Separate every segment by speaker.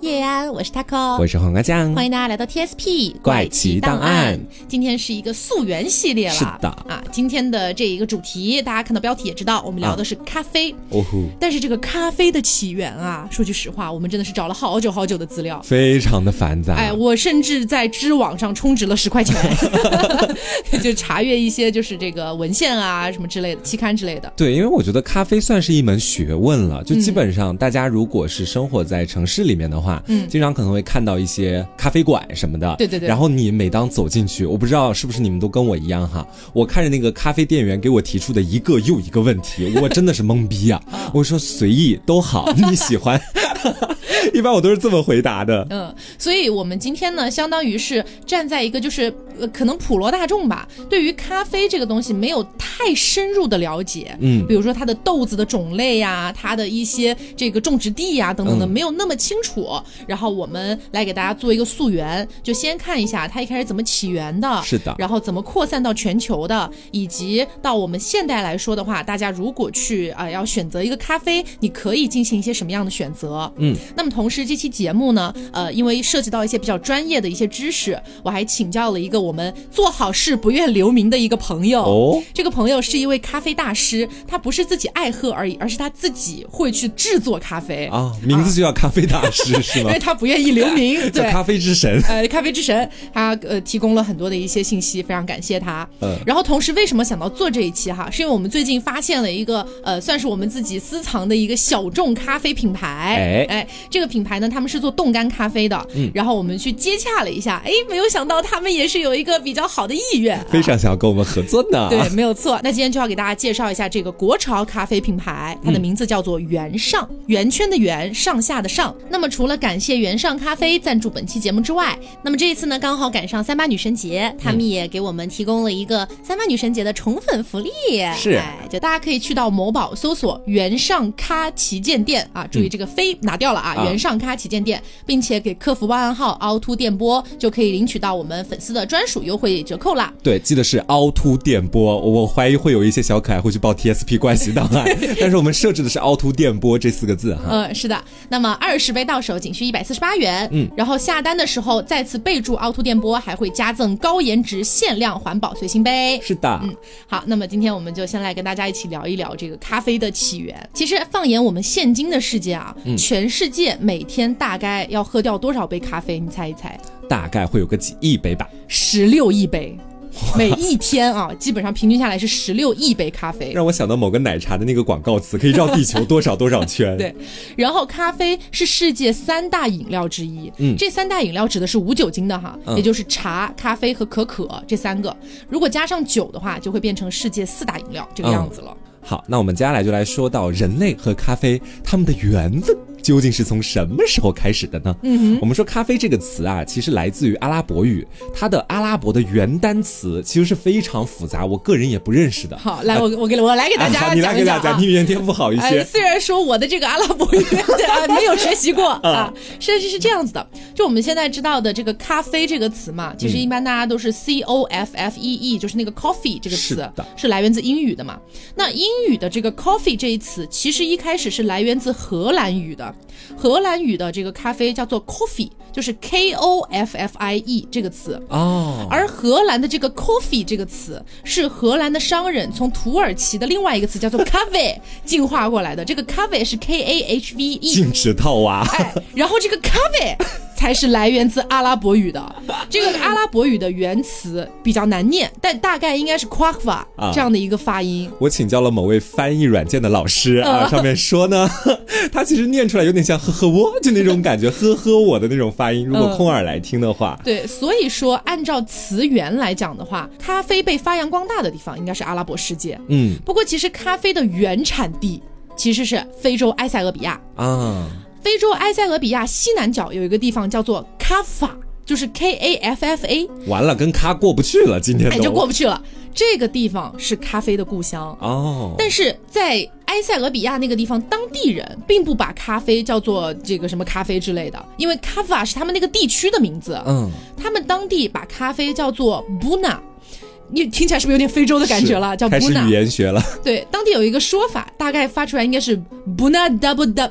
Speaker 1: 叶安，我是 Taco，
Speaker 2: 我是黄瓜酱，
Speaker 1: 哦欢迎大家来到 TSP
Speaker 2: 怪奇档案。
Speaker 1: 今天是一个溯源系列了，
Speaker 2: 是的
Speaker 1: 啊。今天的这一个主题，大家看到标题也知道，我们聊的是咖啡。
Speaker 2: 哦呼，
Speaker 1: 但是这个咖啡的起源啊，说句实话，我们真的是找了好久好久的资料。
Speaker 2: 非常的繁杂。
Speaker 1: 哎，我甚至在知网上充值了十块 钱， 就查阅一些就是这个文献啊什么之类的、期刊之类的。
Speaker 2: 对，因为我觉得咖啡算是一门学问
Speaker 1: 嗯
Speaker 2: 了，就基本上大家如果是生活在城市里面的话，嗯，经常可能会看到一些咖啡馆什么的，
Speaker 1: 对对对
Speaker 2: 然后你每当走进去，我不知道是不是你们都跟我一样哈，我看着那个咖啡店员给我提出的一个又一个问题， 我真的是懵逼呀、
Speaker 1: 哦
Speaker 2: 我说随意都好，你喜 欢，一般我都是这么回答的。
Speaker 1: 嗯，所以我们今天呢，相当于是站在一个就是呃，可能普罗大众吧，对于咖啡这个东西没有太深入的了解，
Speaker 2: 嗯
Speaker 1: 比如说它的豆子的种类呀、它的一些这个种植地呀、等等的，
Speaker 2: 嗯
Speaker 1: 没有那么清楚。然后我们来给大家做一个溯源，就先看一下它一开始怎么起源的，
Speaker 2: 是的
Speaker 1: 然后怎么扩散到全球的，以及到我们现代来说的话，大家如果去啊、呃要选择一个咖啡，你可以进行一些什么样的选择？
Speaker 2: 嗯，
Speaker 1: 那么同时这期节目呢，呃，因为涉及到一些比较专业的一些知识，我还请教了一个我们做好事不愿留名的一个朋友。
Speaker 2: 哦，
Speaker 1: 这个朋友是一位咖啡大师，他不是自己爱喝而已，而是他自己会去制作咖啡，
Speaker 2: 啊，名字就叫咖啡大师、是
Speaker 1: 因
Speaker 2: 吗
Speaker 1: 为？他不愿意留 名。
Speaker 2: 叫
Speaker 1: 对，
Speaker 2: 咖啡之神。
Speaker 1: 呃，咖啡之神，他呃提供了很多的一些信息，非常感谢他。
Speaker 2: 嗯
Speaker 1: 然后同时为什么想到做这一期哈，是因为我们最近发现了一个呃，算是我们自己私藏的一个小众咖啡品牌。
Speaker 2: 哎
Speaker 1: 这个品牌呢，他们是做冻干咖啡的。嗯，然后我们去接洽了一下，哎，没有想到他们也是有一个比较好的意愿、啊。
Speaker 2: 非常想要跟我们合作呢。
Speaker 1: 对，没有错。那今天就要给大家介绍一下这个国潮咖啡品牌，它的
Speaker 2: 嗯
Speaker 1: 名字叫做圆上，圆圈的圆，上下的上。那么除了感谢圆上咖啡赞助本期节目之外，那么这一次呢，刚好赶上三八女神节，他
Speaker 2: 嗯
Speaker 1: 们也给我们提供了一个三八女神节的宠粉福利。
Speaker 2: 是
Speaker 1: 哎，就大家可以去到某宝搜索“圆上咖旗舰店”啊，注意这个“非”拿掉了啊，
Speaker 2: 嗯啊
Speaker 1: 圆上咖旗舰店，并且给客服报暗号“凹凸电波”，就可以领取到我们粉丝的专属优惠折扣啦。
Speaker 2: 对，记得是凹凸电波，我我怀疑会有一些小可爱会去报 TSP 关系档案，但是我们设置的是凹凸电波这四个字哈。
Speaker 1: 嗯，是的。那么二十杯到手仅需一百四十八元。嗯，然后下单的时候再次备注凹凸电波，还会加赠高颜值限量环保随心杯。
Speaker 2: 是的，
Speaker 1: 好，那么今天我们就先来跟大家一起聊一聊这个咖啡的起源。其实放眼我们现今的世界啊，全世界每天大概要喝掉多少杯咖啡？你猜一猜？
Speaker 2: 大概会有个几亿杯吧。
Speaker 1: 十六亿杯。每一天啊，基本上平均下来是十六亿杯咖啡。
Speaker 2: 让我想到某个奶茶的那个广告词，可以绕地球多少多少 圈。
Speaker 1: 对，然后咖啡是世界三大饮料之一，嗯，这三大饮料指的是无酒精的哈，
Speaker 2: 嗯
Speaker 1: 也就是茶、咖啡和可可这三个。如果加上酒的话，就会变成世界四大饮料
Speaker 2: 嗯
Speaker 1: 这个样子了。
Speaker 2: 好，那我们接下来就来说到人类和咖啡它们的缘分究竟是从什么时候开始的呢？嗯，我们说咖啡这个词啊，其实来自于阿拉伯语，它的阿拉伯的原单词其实是非常复杂，我个人也不认识的。
Speaker 1: 好，来我我给我来给大
Speaker 2: 啊好
Speaker 1: 家
Speaker 2: 你来
Speaker 1: 讲
Speaker 2: 给
Speaker 1: 一
Speaker 2: 大
Speaker 1: 讲
Speaker 2: 家
Speaker 1: 啊
Speaker 2: 讲，你。语言天赋好一
Speaker 1: 哎，
Speaker 2: 些。
Speaker 1: 虽然说我的这个阿拉伯语啊没有学习 过
Speaker 2: 嗯
Speaker 1: 啊，甚至是这样子的，就我们现在知道的这个咖啡这个词嘛，其
Speaker 2: 嗯
Speaker 1: 实一般大家都是 C O F F E E，就是那个 coffee 这个
Speaker 2: 是
Speaker 1: 词
Speaker 2: 的
Speaker 1: 是来源自英语的嘛。那英语的这个 coffee 这一词，其实一开始是来源自荷兰语的，荷兰语的这个咖啡叫做 coffee，就是 K O F F I E 这个词。
Speaker 2: 哦，
Speaker 1: 而荷兰的这个 coffee 这个词是荷兰的商人从土耳其的另外一个词叫做 cave 进化过来的，这个 cave 是 K A H V E，
Speaker 2: 禁止套娃，
Speaker 1: 哎，然后这个 cave 才是来源自阿拉伯语的，这个阿拉伯语的原词比较难念，但大概应该是 quafa
Speaker 2: 啊
Speaker 1: 这样的一个发音。
Speaker 2: 我请教了某位翻译软件的老师
Speaker 1: 呃
Speaker 2: 啊，上面说呢， 他其实念出来有点像呵呵我，就那种感觉，呵呵我的那种发音。如
Speaker 1: 嗯
Speaker 2: 果空耳来听的话，
Speaker 1: 对，所以说按照词源来讲的话，咖啡被发扬光大的地方应该是阿拉伯世界。
Speaker 2: 嗯
Speaker 1: 不过其实咖啡的原产地其实是非洲埃塞俄比亚。
Speaker 2: 啊，
Speaker 1: 非洲埃塞俄比亚西南角有一个地方叫做卡法，就是 K A F F A，
Speaker 2: 完了，跟咖过不去了，今天
Speaker 1: 哎，
Speaker 2: 都
Speaker 1: 就过不去了。这个地方是咖啡的故乡，
Speaker 2: 哦，
Speaker 1: 但是在埃塞俄比亚那个地方，当地人并不把咖啡叫做这个什么咖啡之类的，因为卡法是他们那个地区的名字，
Speaker 2: 嗯，
Speaker 1: 他们当地把咖啡叫做 Buna。你听起来是不是有点非洲的感觉了？
Speaker 2: 是
Speaker 1: 叫
Speaker 2: 开始语
Speaker 1: Buna。
Speaker 2: 言学了，
Speaker 1: 对，当地有一个说法，大概发出来应该是 Buna Double Dub。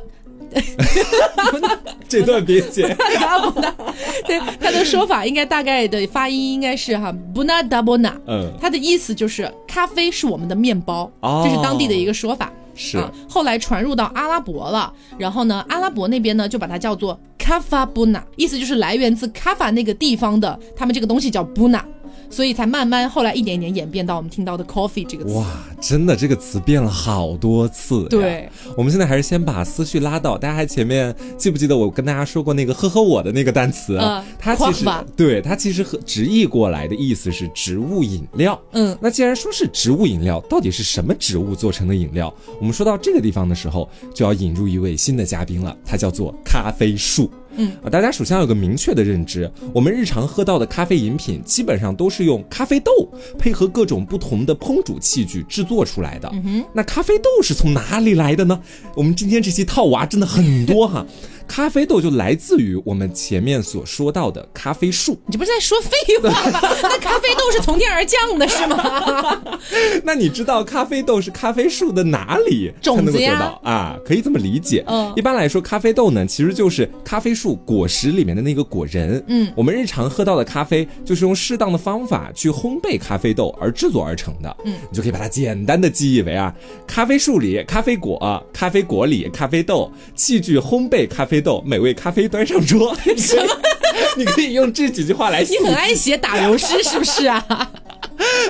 Speaker 2: 这段别剪。
Speaker 1: 达布纳， 对他的说法应该大概的发音应该是哈布纳达布纳，
Speaker 2: 嗯，
Speaker 1: 他的意思就是咖啡是我们的面包，
Speaker 2: 哦
Speaker 1: 这是当地的一个说法。
Speaker 2: 是
Speaker 1: 啊，后来传入到阿拉伯了，然后呢，阿拉伯那边呢就把它叫做卡法布纳，意思就是来源自卡法那个地方的，他们这个东西叫布纳，所以才慢慢后来一点一点演变到我们听到的 coffee 这个词。
Speaker 2: 哇，啊真的这个词变了好多次呀。
Speaker 1: 对
Speaker 2: 我们现在还是先把思绪拉到，大家还前面记不记得我跟大家说过那个“呵呵我”的那个单词？啊
Speaker 1: 嗯
Speaker 2: 它其实
Speaker 1: Quaffva
Speaker 2: 对它其实和直译过来的意思是植物饮料。
Speaker 1: 嗯，
Speaker 2: 那既然说是植物饮料，到底是什么植物做成的饮料？我们说到这个地方的时候，就要引入一位新的嘉宾了，他叫做咖啡树。
Speaker 1: 嗯
Speaker 2: 啊，大家首先要有个明确的认知，我们日常喝到的咖啡饮品基本上都是用咖啡豆配合各种不同的烹煮器具制作出来的。
Speaker 1: 嗯
Speaker 2: 那咖啡豆是从哪里来的呢？我们今天这期套娃真的很多哈，咖啡豆就来自于我们前面所说到的咖啡树。
Speaker 1: 你这不是在说废话吗？ 那咖啡豆是从天而降的，是吗？
Speaker 2: 那你知道咖啡豆是咖啡树的哪里才能够
Speaker 1: 种子
Speaker 2: 得
Speaker 1: 呀
Speaker 2: 到啊？可以这么理解。
Speaker 1: 嗯
Speaker 2: 一般来说，咖啡豆呢其实就是咖啡树果实里面的那个果仁。
Speaker 1: 嗯，
Speaker 2: 我们日常喝到的咖啡就是用适当的方法去烘焙咖啡豆而制作而成的。
Speaker 1: 嗯，
Speaker 2: 你就可以把它简单的记忆为啊，咖啡树里咖啡果，啊咖啡果里咖啡豆，器具烘焙咖啡豆，美味咖啡端上 桌。 什么？你可以用这几句话来
Speaker 1: 你
Speaker 2: 形容
Speaker 1: 很爱写打油诗是不是啊？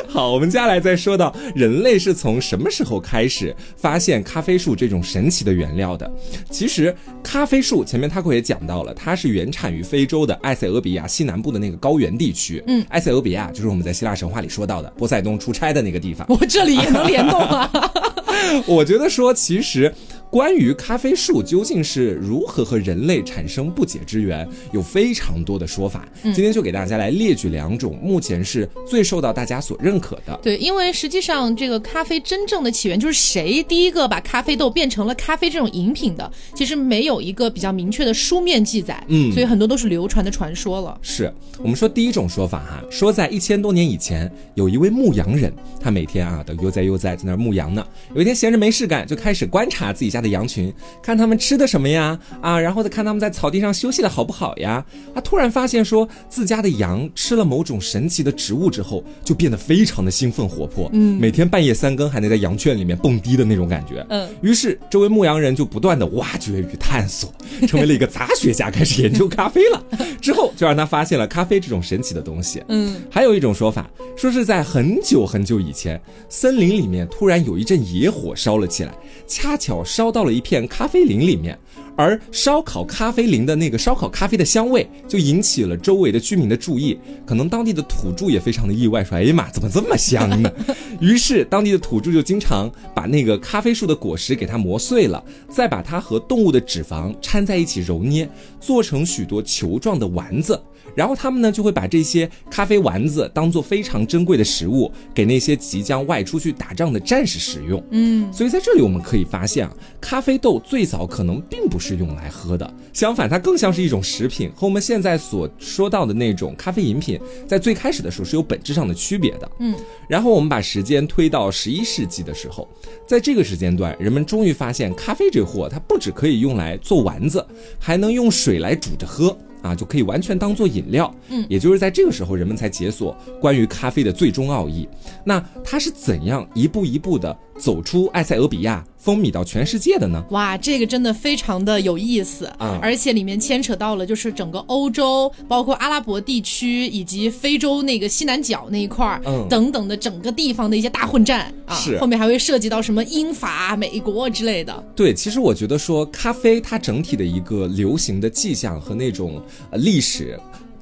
Speaker 2: 好，我们接下来再说到人类是从什么时候开始发现咖啡树这种神奇的原料的？其实，咖啡树前面 Taco 也讲到了，它是原产于非洲的埃塞俄比亚西南部的那个高原地区。嗯，埃塞俄比亚就是我们在希腊神话里说到的波塞冬出差的那个地方。
Speaker 1: 我这里也能联动啊！
Speaker 2: 我觉得说，其实关于咖啡树究竟是如何和人类产生不解之缘，有非常多的说法。今天就给大家来列举两种目前是最受到大家所认可的。
Speaker 1: 对，因为实际上这个咖啡真正的起源就是谁第一个把咖啡豆变成了咖啡这种饮品的，其实没有一个比较明确的书面记载，
Speaker 2: 嗯
Speaker 1: 所以很多都是流传的传说了。
Speaker 2: 是我们说第一种说法哈、说在一千多年以前，有一位牧羊人，他每天啊都悠哉悠哉在那儿牧羊呢。有一天闲着没事干，就开始观察自己家的羊群，看他们吃的什么呀，啊，然后再看他们在草地上休息的好不好呀。啊，突然发现说自家的羊吃了某种神奇的植物之后，就变得非常的兴奋活泼，嗯，每天半夜三更还能在羊圈里面蹦迪的那种感觉，
Speaker 1: 嗯
Speaker 2: 于是，这位牧羊人就不断的挖掘与探索，成为了一个杂学家，开始研究咖啡了。之后，就让他发现了咖啡这种神奇的东西。
Speaker 1: 嗯，
Speaker 2: 还有一种说法，说是在很久很久以前，森林里面突然有一阵野火烧了起来，恰巧烧到了一片咖啡林里面，而烧烤咖啡林的那个烧烤咖啡的香味就引起了周围的居民的注意，可能当地的土著也非常的意外，说：“哎呀妈，怎么这么香呢？”于是当地的土著就经常把那个咖啡树的果实给它磨碎了，再把它和动物的脂肪掺在一起揉捏，做成许多球状的丸子。然后他们呢就会把这些咖啡丸子当做非常珍贵的食物，给那些即将外出去打仗的战士使用。嗯，所以在这里我们可以发现啊，咖啡豆最早可能并不是用来喝的，相反它更像是一种食品，和我们现在所说到的那种咖啡饮品在最开始的时候是有本质上的区别的。嗯，然后我们把时间推到十一世纪的时候，在这个时间段，人们终于发现咖啡这货它不只可以用来做丸子，还能用水来煮着喝。啊，就可以完全当做饮料。嗯，也就是在这个时候，人们才解锁关于咖啡的最终奥义。那它是怎样一步一步的走出埃塞俄比亚，风靡到全世界的呢？
Speaker 1: 哇，这个真的非常的有意思
Speaker 2: 啊
Speaker 1: 而且里面牵扯到了就是整个欧洲，包括阿拉伯地区以及非洲那个西南角那一块儿、
Speaker 2: 嗯
Speaker 1: 等等的整个地方的一些大混战啊，
Speaker 2: 是
Speaker 1: 后面还会涉及到什么英法、美国之类的。
Speaker 2: 对，其实我觉得说咖啡它整体的一个流行的迹象和那种呃历史。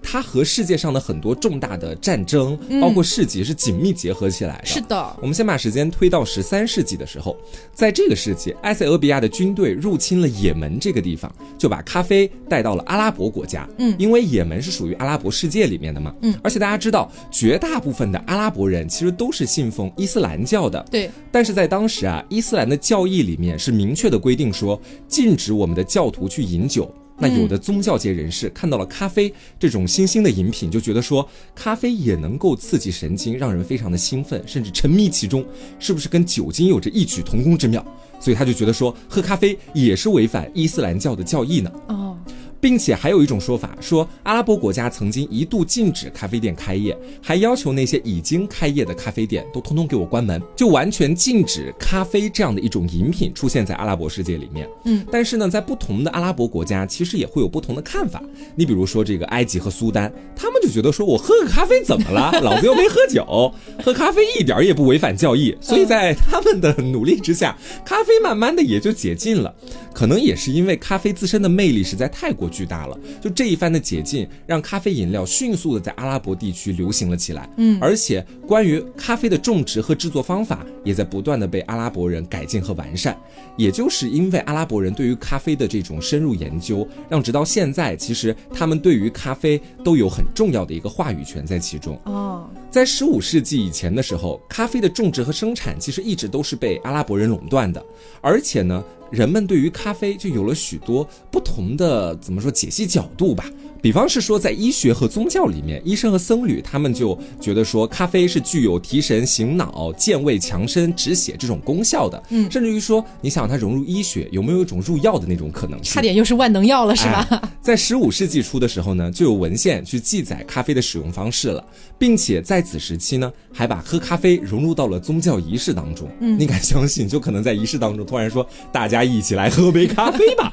Speaker 2: 它和世界上的很多重大的战争，包括市集，是紧密结合起来的。
Speaker 1: 是的，
Speaker 2: 我们先把时间推到十三世纪的时候，在这个世纪，埃塞俄比亚的军队入侵了也门这个地方，就把咖啡带到了阿拉伯国家。嗯，因为也门是属于阿拉伯世界里面的嘛。嗯，而且大家知道，绝大部分的阿拉伯人其实都是信奉伊斯兰教的。
Speaker 1: 对，
Speaker 2: 但是在当时啊，伊斯兰的教义里面是明确的规定说，禁止我们的教徒去饮酒。那有的宗教界人士看到了咖啡这种新兴的饮品，就觉得说咖啡也能够刺激神经，让人非常的兴奋，甚至沉迷其中，是不是跟酒精有着异曲同工之妙？所以他就觉得说喝咖啡也是违反伊斯兰教的教义呢。
Speaker 1: 哦，
Speaker 2: 并且还有一种说法，说阿拉伯国家曾经一度禁止咖啡店开业，还要求那些已经开业的咖啡店都通通给我关门，就完全禁止咖啡这样的一种饮品出现在阿拉伯世界里面。
Speaker 1: 嗯，
Speaker 2: 但是呢，在不同的阿拉伯国家，其实也会有不同的看法。你比如说这个埃及和苏丹，他们就觉得说我喝个咖啡怎么了？老子又没喝酒，喝咖啡一点儿也不违反教义。所以在他们的努力之下，咖啡慢慢的也就解禁了。可能也是因为咖啡自身的魅力实在太过巨大了，就这一番的解禁，让咖啡饮料迅速的在阿拉伯地区流行了起来。
Speaker 1: 嗯
Speaker 2: 而且关于咖啡的种植和制作方法，也在不断的被阿拉伯人改进和完善。也就是因为阿拉伯人对于咖啡的这种深入研究，让直到现在，其实他们对于咖啡都有很重要的一个话语权在其中。
Speaker 1: 哦，
Speaker 2: 在十五世纪以前的时候，咖啡的种植和生产其实一直都是被阿拉伯人垄断的，而且呢，人们对于咖啡就有了许多不同的怎么说解析角度吧。比方是说，在医学和宗教里面，医生和僧侣他们就觉得说，咖啡是具有提神醒脑、健胃强身、止血这种功效的。
Speaker 1: 嗯
Speaker 2: 甚至于说，你想它融入医学，有没有一种入药的那种可能性
Speaker 1: 差？点又是万能药了，是吧？
Speaker 2: 哎在十五世纪初的时候呢，就有文献去记载咖啡的使用方式了，并且在此时期呢，还把喝咖啡融入到了宗教仪式当中。嗯，你敢相信？就可能在仪式当中突然说，大家一起来喝杯咖 啡吧。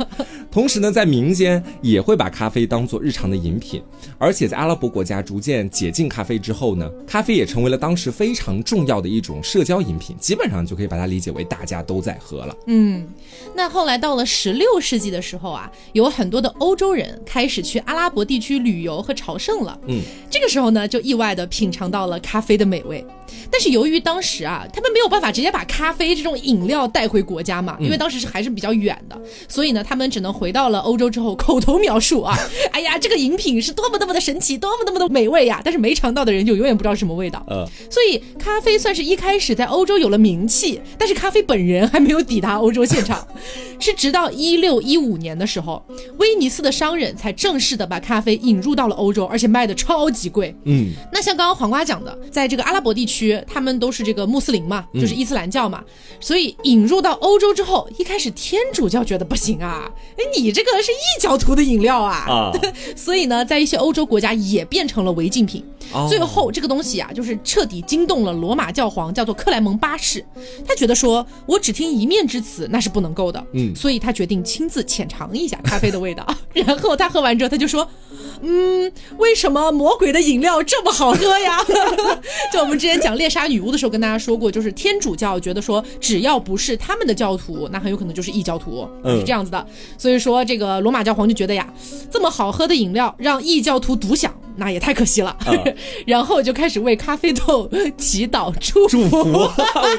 Speaker 2: 同时呢，在民间也会把咖啡当做日常的饮品，而且在阿拉伯国家逐渐解禁咖啡之后呢，咖啡也成为了当时非常重要的一种社交饮品，基本上就可以把它理解为大家都在喝了。
Speaker 1: 嗯，那后来到了十六世纪的时候啊，有很多的欧洲人开始去阿拉伯地区旅游和朝圣了。
Speaker 2: 嗯，
Speaker 1: 这个时候呢，就意外的品尝到了咖啡的美味。但是由于当时啊，他们没有办法直接把咖啡这种饮料带回国家
Speaker 2: 嗯
Speaker 1: 嘛，因为当时是还是比较远的，所以呢，他们只能回到了欧洲之后口头描述啊， 哎呀，这个饮品是多么多么的神奇，多么多么的美味呀！但是没尝到的人就永远不知道是什么味道。
Speaker 2: 呃，
Speaker 1: 所以咖啡算是一开始在欧洲有了名气，但是咖啡本人还没有抵达欧洲现场，是直到一六一五年的时候，威尼斯的商人才正式的把咖啡引入到了欧洲，而且卖的超级贵。
Speaker 2: 嗯，
Speaker 1: 那像刚刚黄瓜讲的，在这个阿拉伯地区，他们都是这个穆斯林嘛，就是伊斯兰教嘛，所以引入到欧洲之后，一开始天主教觉得不行啊，哎，你这个是异教徒的饮料啊，
Speaker 2: 啊
Speaker 1: 所以呢，在一些欧洲国家也变成了违禁品。
Speaker 2: 哦
Speaker 1: 最后这个东西啊，就是彻底惊动了罗马教皇，叫做克莱蒙八世，他觉得说我只听一面之词那是不能够的，
Speaker 2: 嗯
Speaker 1: 所以他决定亲自浅尝一下咖啡的味道， 然后他喝完之后他就说，嗯为什么魔鬼的饮料这么好喝呀？ 就我们之前讲猎杀女巫的时候跟大家说过，就是天主教觉得说，只要不是他们的教徒，那很有可能就是异教徒，
Speaker 2: 嗯
Speaker 1: 是这样子的。所以说，这个罗马教皇就觉得呀，这么好喝的饮料让异教徒独享，那也太可惜了。
Speaker 2: 嗯
Speaker 1: 然后就开始为咖啡豆祈祷祝
Speaker 2: 祝福， 我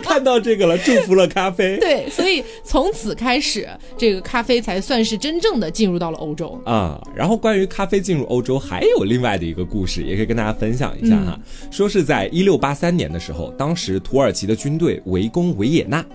Speaker 2: 看到这个了，祝福了咖啡。
Speaker 1: 对，所以从此开始，这个咖啡才算是真正的进入到了欧洲。
Speaker 2: 啊、然后关于咖啡进入欧洲，还有另外的一个故事，也可以跟大家分享一下哈。说是在一六八三年的时候，当时土耳其的军队围攻维也纳，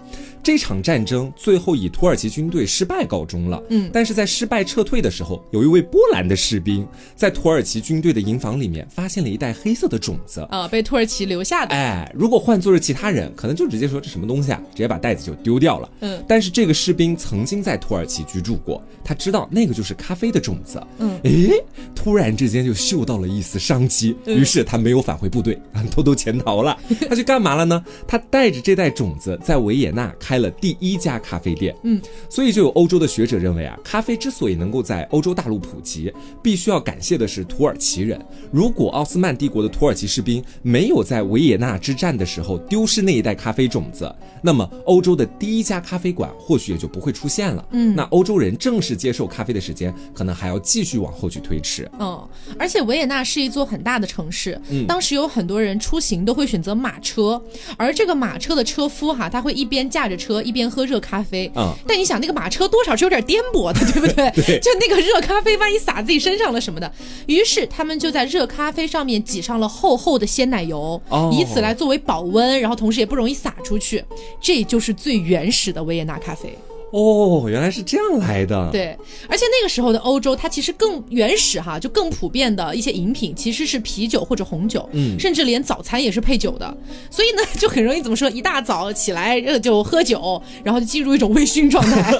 Speaker 2: 这场战争最后以土耳其军队失败告终了。
Speaker 1: 嗯
Speaker 2: 但是在失败撤退的时候，有一位波兰的士兵在土耳其军队的营房里面发现了一袋黑色的种子。
Speaker 1: 啊、被土耳其留下的，
Speaker 2: 哎，如果换做是其他人，可能就直接说这什么东西啊，直接把袋子就丢掉了。
Speaker 1: 嗯
Speaker 2: 但是这个士兵曾经在土耳其居住过，他知道那个就是咖啡的种子。
Speaker 1: 嗯，
Speaker 2: 诶，突然之间就嗅到了一丝商机，
Speaker 1: 嗯
Speaker 2: 于是他没有返回部队，啊偷偷潜 逃了。他去干嘛了呢？他带着这袋种子在维也纳开了第一家咖啡店。
Speaker 1: 嗯，
Speaker 2: 所以就有欧洲的学者认为啊，咖啡之所以能够在欧洲大陆普及，必须要感谢的是土耳其人。如果奥斯曼帝国的土耳其士兵没有在维也纳之战的时候丢失那一袋咖啡种子，那么欧洲的第一家咖啡馆或许也就不会出现了。嗯，那欧洲人正式接受咖啡的时间，可能还要继续往后去推迟。
Speaker 1: 嗯，而且维也纳是一座很大的城市，
Speaker 2: 嗯
Speaker 1: 当时有很多人出行都会选择马车，而这个马车的车夫哈，他会一边驾着车一边喝热咖啡。
Speaker 2: 嗯
Speaker 1: 但你想，那个马车多少是有点颠簸 的，对不对？
Speaker 2: 对
Speaker 1: 就那个热咖啡，万一洒自己身上了什么的，于是他们就在热咖啡上面挤上了厚厚的鲜奶油，
Speaker 2: 哦
Speaker 1: 以此来作为保温，然后同时也不容易洒出去。这就是最原始的维也纳咖啡。
Speaker 2: 哦，原来是这样来的。，
Speaker 1: 对，而且那个时候的欧洲，它其实更原始哈，就更普遍的一些饮品其实是啤酒或者红酒，
Speaker 2: 嗯
Speaker 1: 甚至连早餐也是配酒的，所以呢，就很容易怎么说，一大早起来呃就喝酒，然后就进入一种微醺状 态。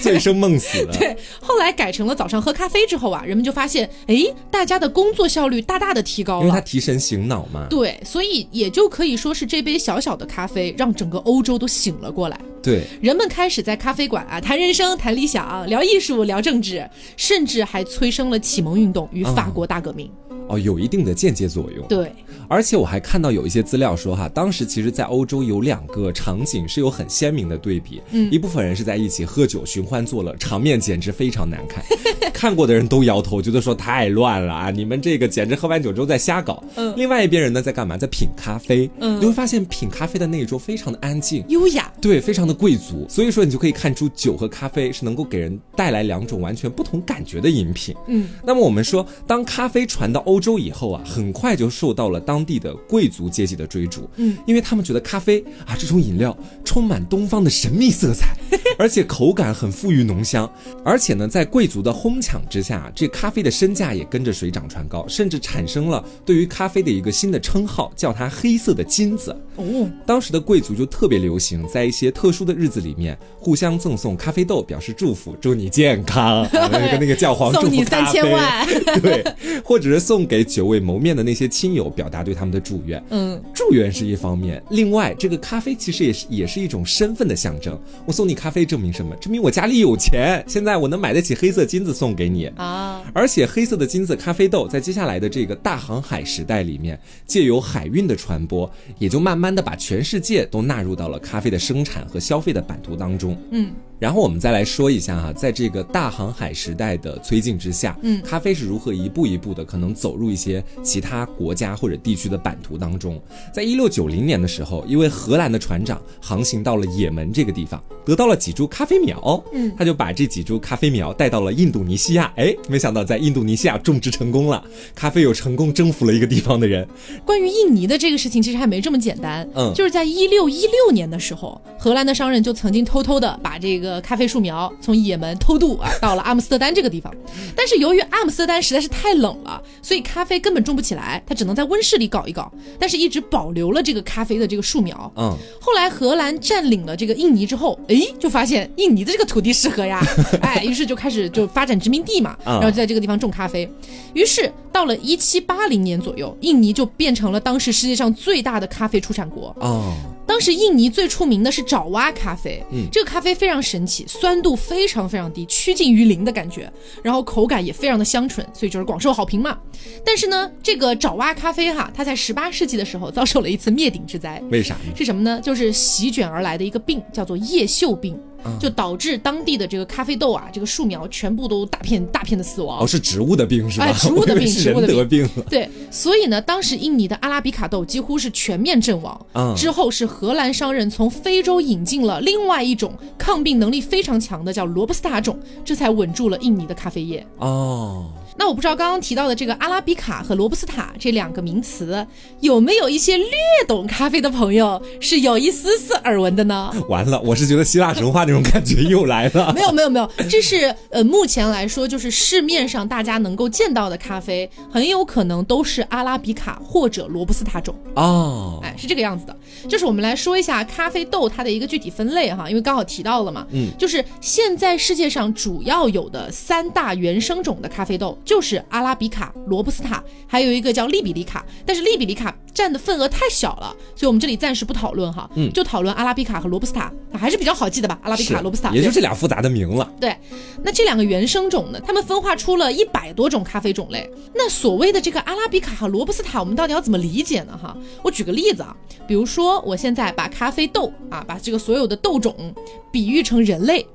Speaker 2: 醉生梦死的。
Speaker 1: 对，后来改成了早上喝咖啡之后啊，人们就发现，哎，大家的工作效率大大的提高
Speaker 2: 因为它
Speaker 1: 了。
Speaker 2: 提神醒脑嘛。
Speaker 1: 对，所以也就可以说是这杯小小的咖啡，让整个欧洲都醒了过来。
Speaker 2: 对，
Speaker 1: 人们开始在咖啡馆啊谈人生、谈理想、聊艺术、聊政治，甚至还催生了启蒙运动与法国大革命。
Speaker 2: 哦，有一定的间接作用。
Speaker 1: 对，
Speaker 2: 而且我还看到有一些资料说哈，当时其实，在欧洲有两个场景是有很鲜明的对比。嗯，一部分人是在一起喝酒寻欢作乐，场面简直非常难看， 看过的人都摇头，觉得说太乱了啊！你们这个简直喝完酒之后在瞎搞。
Speaker 1: 嗯
Speaker 2: 另外一边人呢在干嘛？在品咖啡。
Speaker 1: 嗯
Speaker 2: 你会发现品咖啡的那一桌非常的安静。
Speaker 1: 优雅。
Speaker 2: 对，非常的贵族，所以说你就可以看出酒和咖啡是能够给人带来两种完全不同感觉的饮品。
Speaker 1: 嗯，
Speaker 2: 那么我们说，当咖啡传到欧洲以后啊，很快就受到了当地的贵族阶级的追逐。
Speaker 1: 嗯，
Speaker 2: 因为他们觉得咖啡啊这种饮料充满东方的神秘 色彩，而且口感很富于浓香，而且呢，在贵族的哄抢之下，啊这咖啡的身价也跟着水涨船高，甚至产生了对于咖啡的一个新的称号，叫它“黑色的金子”。
Speaker 1: 哦，
Speaker 2: 当时的贵族就特别流行，在一些特殊的日子里面，互相赠送咖啡豆，表示祝福，祝你健 康，啊那个那个教皇祝
Speaker 1: 送你
Speaker 2: 福咖
Speaker 1: 三
Speaker 2: 啡
Speaker 1: 千，万。
Speaker 2: 对，或者是送给久未谋面的那些亲友，表达对他们的祝愿。
Speaker 1: 嗯，
Speaker 2: 祝愿是一方面，另外这个咖啡其实也是也是一种身份的象征。我送你咖啡，证明什么？证明我家里有钱，现在我能买得起黑色金子送给你。
Speaker 1: 啊，
Speaker 2: 而且黑色的金子咖啡豆在接下来的这个大航海时代里面，借由海运的传播，也就慢慢的把全世界都纳入到了咖啡的生产和消费的版图当中。
Speaker 1: 嗯，
Speaker 2: 然后我们再来说一下哈、在这个大航海时代的推进之下，
Speaker 1: 嗯
Speaker 2: 咖啡是如何一步一步的可能走入一些其他国家或者地区的版图当中。在一六九零年的时候，一位荷兰的船长航行到了也门这个地方，得到了几株咖啡苗，
Speaker 1: 嗯
Speaker 2: 他就把这几株咖啡苗带到了印度尼西亚，哎，没想到在印度尼西亚种植成功了，咖啡又成功征服了一个地方的人，
Speaker 1: 关于印尼的这个事情，其实还没这么简单。
Speaker 2: 嗯
Speaker 1: 就是在一六一六年的时候，荷兰的商人就曾经偷偷的把这个咖啡树苗从也门偷渡啊，到了阿姆斯特丹这个地方。
Speaker 2: 嗯
Speaker 1: 但是由于阿姆斯特丹实在是太冷了，所以咖啡根本种不起来，它只能在温室里搞一搞。但是一直保留了这个咖啡的这个树苗。
Speaker 2: 嗯，
Speaker 1: 后来荷兰占领了这个印尼之后，哎，就发现印尼的这个土地适合呀， 哎，于是就开始就发展殖民地嘛，
Speaker 2: 啊
Speaker 1: 然后就在这个地方种咖啡。于是到了一七八零年左右，印尼就变成了当时世界上最大的咖啡出产国。
Speaker 2: 哦，
Speaker 1: 当时印尼最出名的是爪哇咖啡，
Speaker 2: 嗯
Speaker 1: 这个咖啡非常神奇，酸度非常非常低，趋近于零的感觉，然后口感也非常的香醇，所以就是广受好评嘛。但是呢，这个爪哇咖啡哈，它在十八世纪的时候遭受了一次灭顶之灾，
Speaker 2: 为啥呢？
Speaker 1: 是什么呢？就是席卷而来的一个病，叫做叶锈病，
Speaker 2: 嗯
Speaker 1: 就导致当地的这个咖啡豆啊，这个树苗全部都大片大片的死亡。
Speaker 2: 哦，是植物的病是吧？
Speaker 1: 哎植物的病
Speaker 2: 我以为是
Speaker 1: 植物的
Speaker 2: 人
Speaker 1: 病
Speaker 2: 得病了。
Speaker 1: 对，所以呢，当时印尼的阿拉比卡豆几乎是全面阵亡。
Speaker 2: 嗯
Speaker 1: 之后是荷兰商人从非洲引进了另外一种抗病能力非常强的叫罗布斯塔种，这才稳住了印尼的咖啡业。
Speaker 2: 哦，
Speaker 1: 那我不知道刚刚提到的这个阿拉比卡和罗布斯塔这两个名词，有没有一些略懂咖啡的朋友是有一丝丝耳闻的呢？
Speaker 2: 完了，我是觉得希腊神话那种感觉又来了。
Speaker 1: 没有没有没有，这是呃，目前来说就是市面上大家能够见到的咖啡，很有可能都是阿拉比卡或者罗布斯塔种，
Speaker 2: 哦，
Speaker 1: 哎，是这个样子的。就是我们来说一下咖啡豆它的一个具体分类哈，因为刚好提到了嘛，
Speaker 2: 嗯，
Speaker 1: 就是现在世界上主要有的三大原生种的咖啡豆，就是阿拉比卡、罗布斯塔，还有一个叫利比里卡，但是利比里卡占的份额太小了，所以我们这里暂时不讨论哈，
Speaker 2: 嗯
Speaker 1: 就讨论阿拉比卡和罗布斯塔，还是比较好记的吧，阿拉比
Speaker 2: 是
Speaker 1: 卡、罗布斯塔，
Speaker 2: 也
Speaker 1: 对
Speaker 2: 就这俩复杂的名了。
Speaker 1: 对，那这两个原生种呢，它们分化出了一百多种咖啡种类。那所谓的这个阿拉比卡和罗布斯塔，我们到底要怎么理解呢？哈，我举个例子啊，比如说我现在把咖啡豆啊，把这个所有的豆种比喻成人类。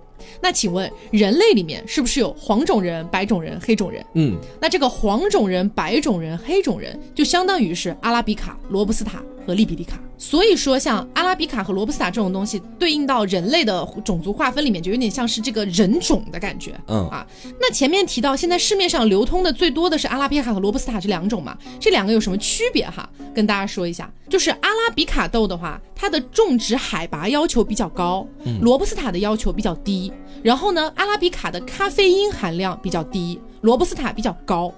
Speaker 1: 那请问，人类里面是不是有黄种人、白种人、黑种人？
Speaker 2: 嗯，
Speaker 1: 那这个黄种人、白种人、黑种人，就相当于是阿拉比卡、罗布斯塔和利比里卡。所以说，像阿拉比卡和罗布斯塔这种东西，对应到人类的种族划分里面，就有点像是这个人种的感觉。
Speaker 2: 嗯
Speaker 1: 啊，那前面提到，现在市面上流通的最多的是阿拉比卡和罗布斯塔这两种嘛，这两个有什么区别哈？跟大家说一下，就是阿拉比卡豆的话，它的种植海拔要求比较高，罗布斯塔的要求比较低。然后呢，阿拉比卡的咖啡因含量比较低，罗布斯塔比较高。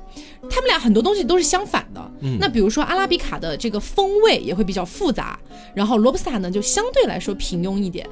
Speaker 1: 他们俩很多东西都是相反的。那比如说阿拉比卡的这个风味也会比较复杂，然后罗布斯塔呢就相对来说平庸一点，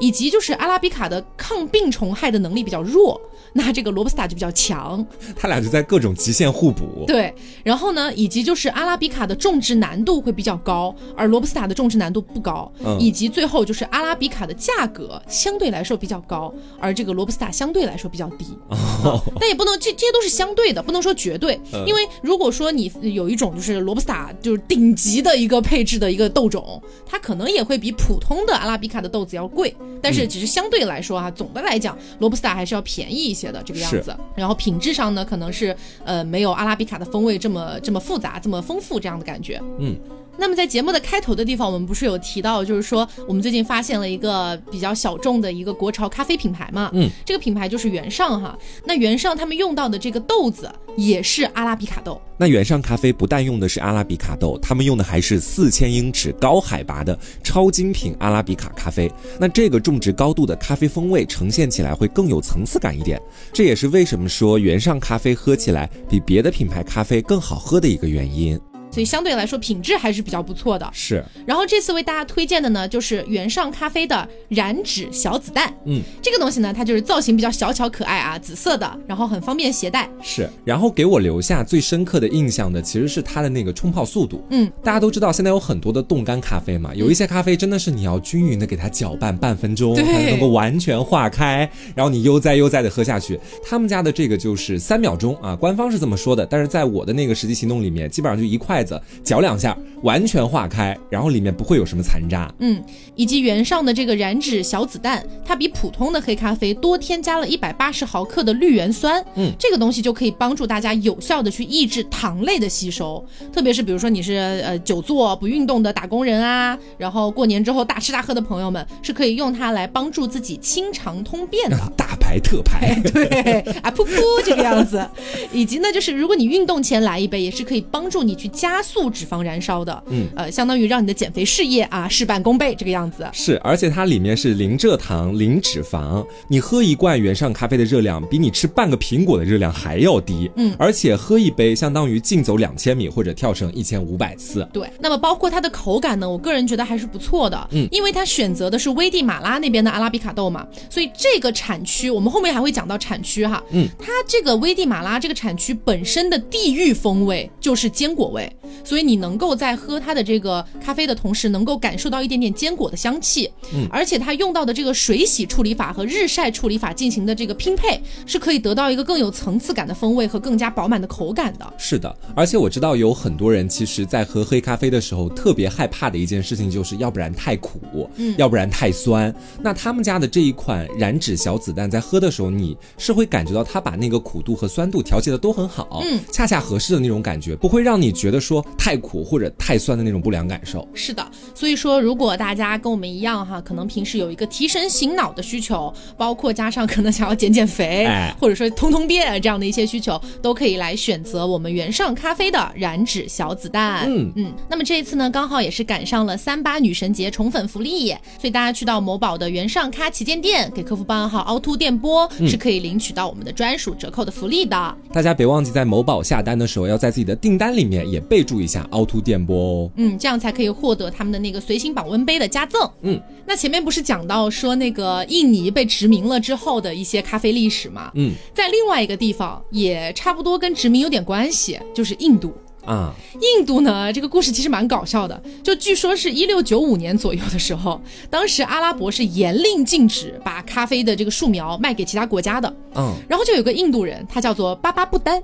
Speaker 1: 以及就是阿拉比卡的抗病虫害的能力比较弱，那这个罗布斯塔就比较强。
Speaker 2: 他俩就在各种极限互补。
Speaker 1: 对，然后呢，以及就是阿拉比卡的种植难度会比较高，而罗布斯塔的种植难度不高，
Speaker 2: 嗯
Speaker 1: 以及最后就是阿拉比卡的价格相对来说比较高，而这个罗布斯塔相对来说比较低。
Speaker 2: 哦，
Speaker 1: 但也不能，这这些都是相对的，不能说绝对。
Speaker 2: 嗯
Speaker 1: 因为如果说你有一种就是罗布斯塔就是顶级的一个配置的一个豆种，它可能也会比普通的阿拉比卡的豆子要贵，但
Speaker 2: 嗯
Speaker 1: 是只是相对来说啊，总的来讲，罗布斯塔还是要便宜一些的这个样
Speaker 2: 是
Speaker 1: 子。然后品质上呢，可能是呃没有阿拉比卡的风味这么这么复杂、这么丰富这样的感觉。
Speaker 2: 嗯。
Speaker 1: 那么在节目的开头的地方，我们不是有提到，就是说我们最近发现了一个比较小众的一个国潮咖啡品牌嘛，
Speaker 2: 嗯，
Speaker 1: 这个品牌就是原上哈。那原上他们用到的这个豆子也是阿拉比卡豆，
Speaker 2: 那原上咖啡不但用的是阿拉比卡豆，他们用的还是四千英尺高海拔的超精品阿拉比卡咖啡。那这个种植高度的咖啡风味呈现起来会更有层次感一点，这也是为什么说原上咖啡喝起来比别的品牌咖啡更好喝的一个原因。
Speaker 1: 所以相对来说品质还是比较不错的。
Speaker 2: 是，
Speaker 1: 然后这次为大家推荐的呢，就是原上咖啡的燃脂小子弹。
Speaker 2: 嗯，
Speaker 1: 这个东西呢，它就是造型比较小巧可爱啊，紫色的，然后很方便携带。
Speaker 2: 是，然后给我留下最深刻的印象的其实是它的那个冲泡速度。
Speaker 1: 嗯，
Speaker 2: 大家都知道现在有很多的冻干咖啡嘛，有一些咖啡真的是你要均匀的给它搅拌半分钟，
Speaker 1: 对
Speaker 2: 它才能够完全化开，然后你悠哉悠哉的喝下去。他们家的这个就是三秒钟啊，官方是这么说的，但是在我的那个实际行动里面，基本上就一筷子搅两下，完全化开，然后里面不会有什么残渣。
Speaker 1: 嗯，以及原上的这个燃脂小子弹，它比普通的黑咖啡多添加了一百八十毫克的绿原酸。
Speaker 2: 嗯，
Speaker 1: 这个东西就可以帮助大家有效的去抑制糖类的吸收，特别是比如说你是呃久坐不运动的打工人啊，然后过年之后大吃大喝的朋友们，是可以用它来帮助自己清肠通便的。
Speaker 2: 大牌特牌，
Speaker 1: 对 啊，噗噗这个样子，以及呢，就是如果你运动前来一杯，也是可以帮助你去加速脂肪燃烧的，
Speaker 2: 嗯，
Speaker 1: 呃，相当于让你的减肥事业啊事半功倍这个样子。
Speaker 2: 是，而且它里面是零蔗糖、零脂肪。你喝一罐原上咖啡的热量，比你吃半个苹果的热量还要低。
Speaker 1: 嗯，
Speaker 2: 而且喝一杯相当于竞走两千米或者跳绳一千五百次。
Speaker 1: 对，那么包括它的口感呢，我个人觉得还是不错的，
Speaker 2: 嗯
Speaker 1: 因为它选择的是危地马拉那边的阿拉比卡豆嘛，所以这个产区我们后面还会讲到产区哈，
Speaker 2: 嗯，
Speaker 1: 它这个危地马拉这个产区本身的地域风味就是坚果味，所以你能够在喝它的这个咖啡的同时，能够感受到一点点坚果的香气，
Speaker 2: 嗯
Speaker 1: 而且它用到的这个水洗处理法和日晒处理法进行的这个拼配，是可以得到一个更有层次感的风味和更加饱满的口感的，
Speaker 2: 是的，而且我知道有很多人其实，在喝黑咖啡的时候，特别害怕的一件事情就是，要不然太苦，
Speaker 1: 嗯
Speaker 2: 要不然太酸。那他们家的这一款燃脂小子弹，在喝的时候，你是会感觉到它把那个苦度和酸度调节的都很好，
Speaker 1: 嗯，
Speaker 2: 恰恰合适的那种感觉，不会让你觉得说太苦或者太酸的那种不良感受。
Speaker 1: 是的，所以说如果大家跟我们一样哈，可能平时有一个提神醒脑的需求，包括加上可能想要减减肥，
Speaker 2: 哎
Speaker 1: 或者说通通便这样的一些需求，都可以来选择我们原上咖啡的燃脂小子弹。
Speaker 2: 嗯
Speaker 1: 嗯，那么这一次呢，刚好也是赶上了三八女神节宠粉福利，所以大家去到某宝的原上咖旗舰店，给客服报暗号凹凸电波，
Speaker 2: 嗯
Speaker 1: 是可以领取到我们的专属折扣的福利的。
Speaker 2: 大家别忘记在某宝下单的时候，要在自己的订单里面也备注一下凹凸电波哦。
Speaker 1: 嗯，这样才可以获得他们的那个随行保温杯的加赠。
Speaker 2: 嗯，
Speaker 1: 那前面不是讲到说那个印尼被殖民了之后的一些咖啡历史吗？
Speaker 2: 嗯
Speaker 1: 在另外一个地方也差不多跟殖民有点关系，就是印度。
Speaker 2: 啊，
Speaker 1: 印度呢，这个故事其实蛮搞笑的，就据说是一六九五年左右的时候， 当时阿拉伯是严令禁止把咖啡的这个树苗卖给其他国家的，
Speaker 2: 嗯，
Speaker 1: 然后就有个印度人，他叫做巴巴布丹，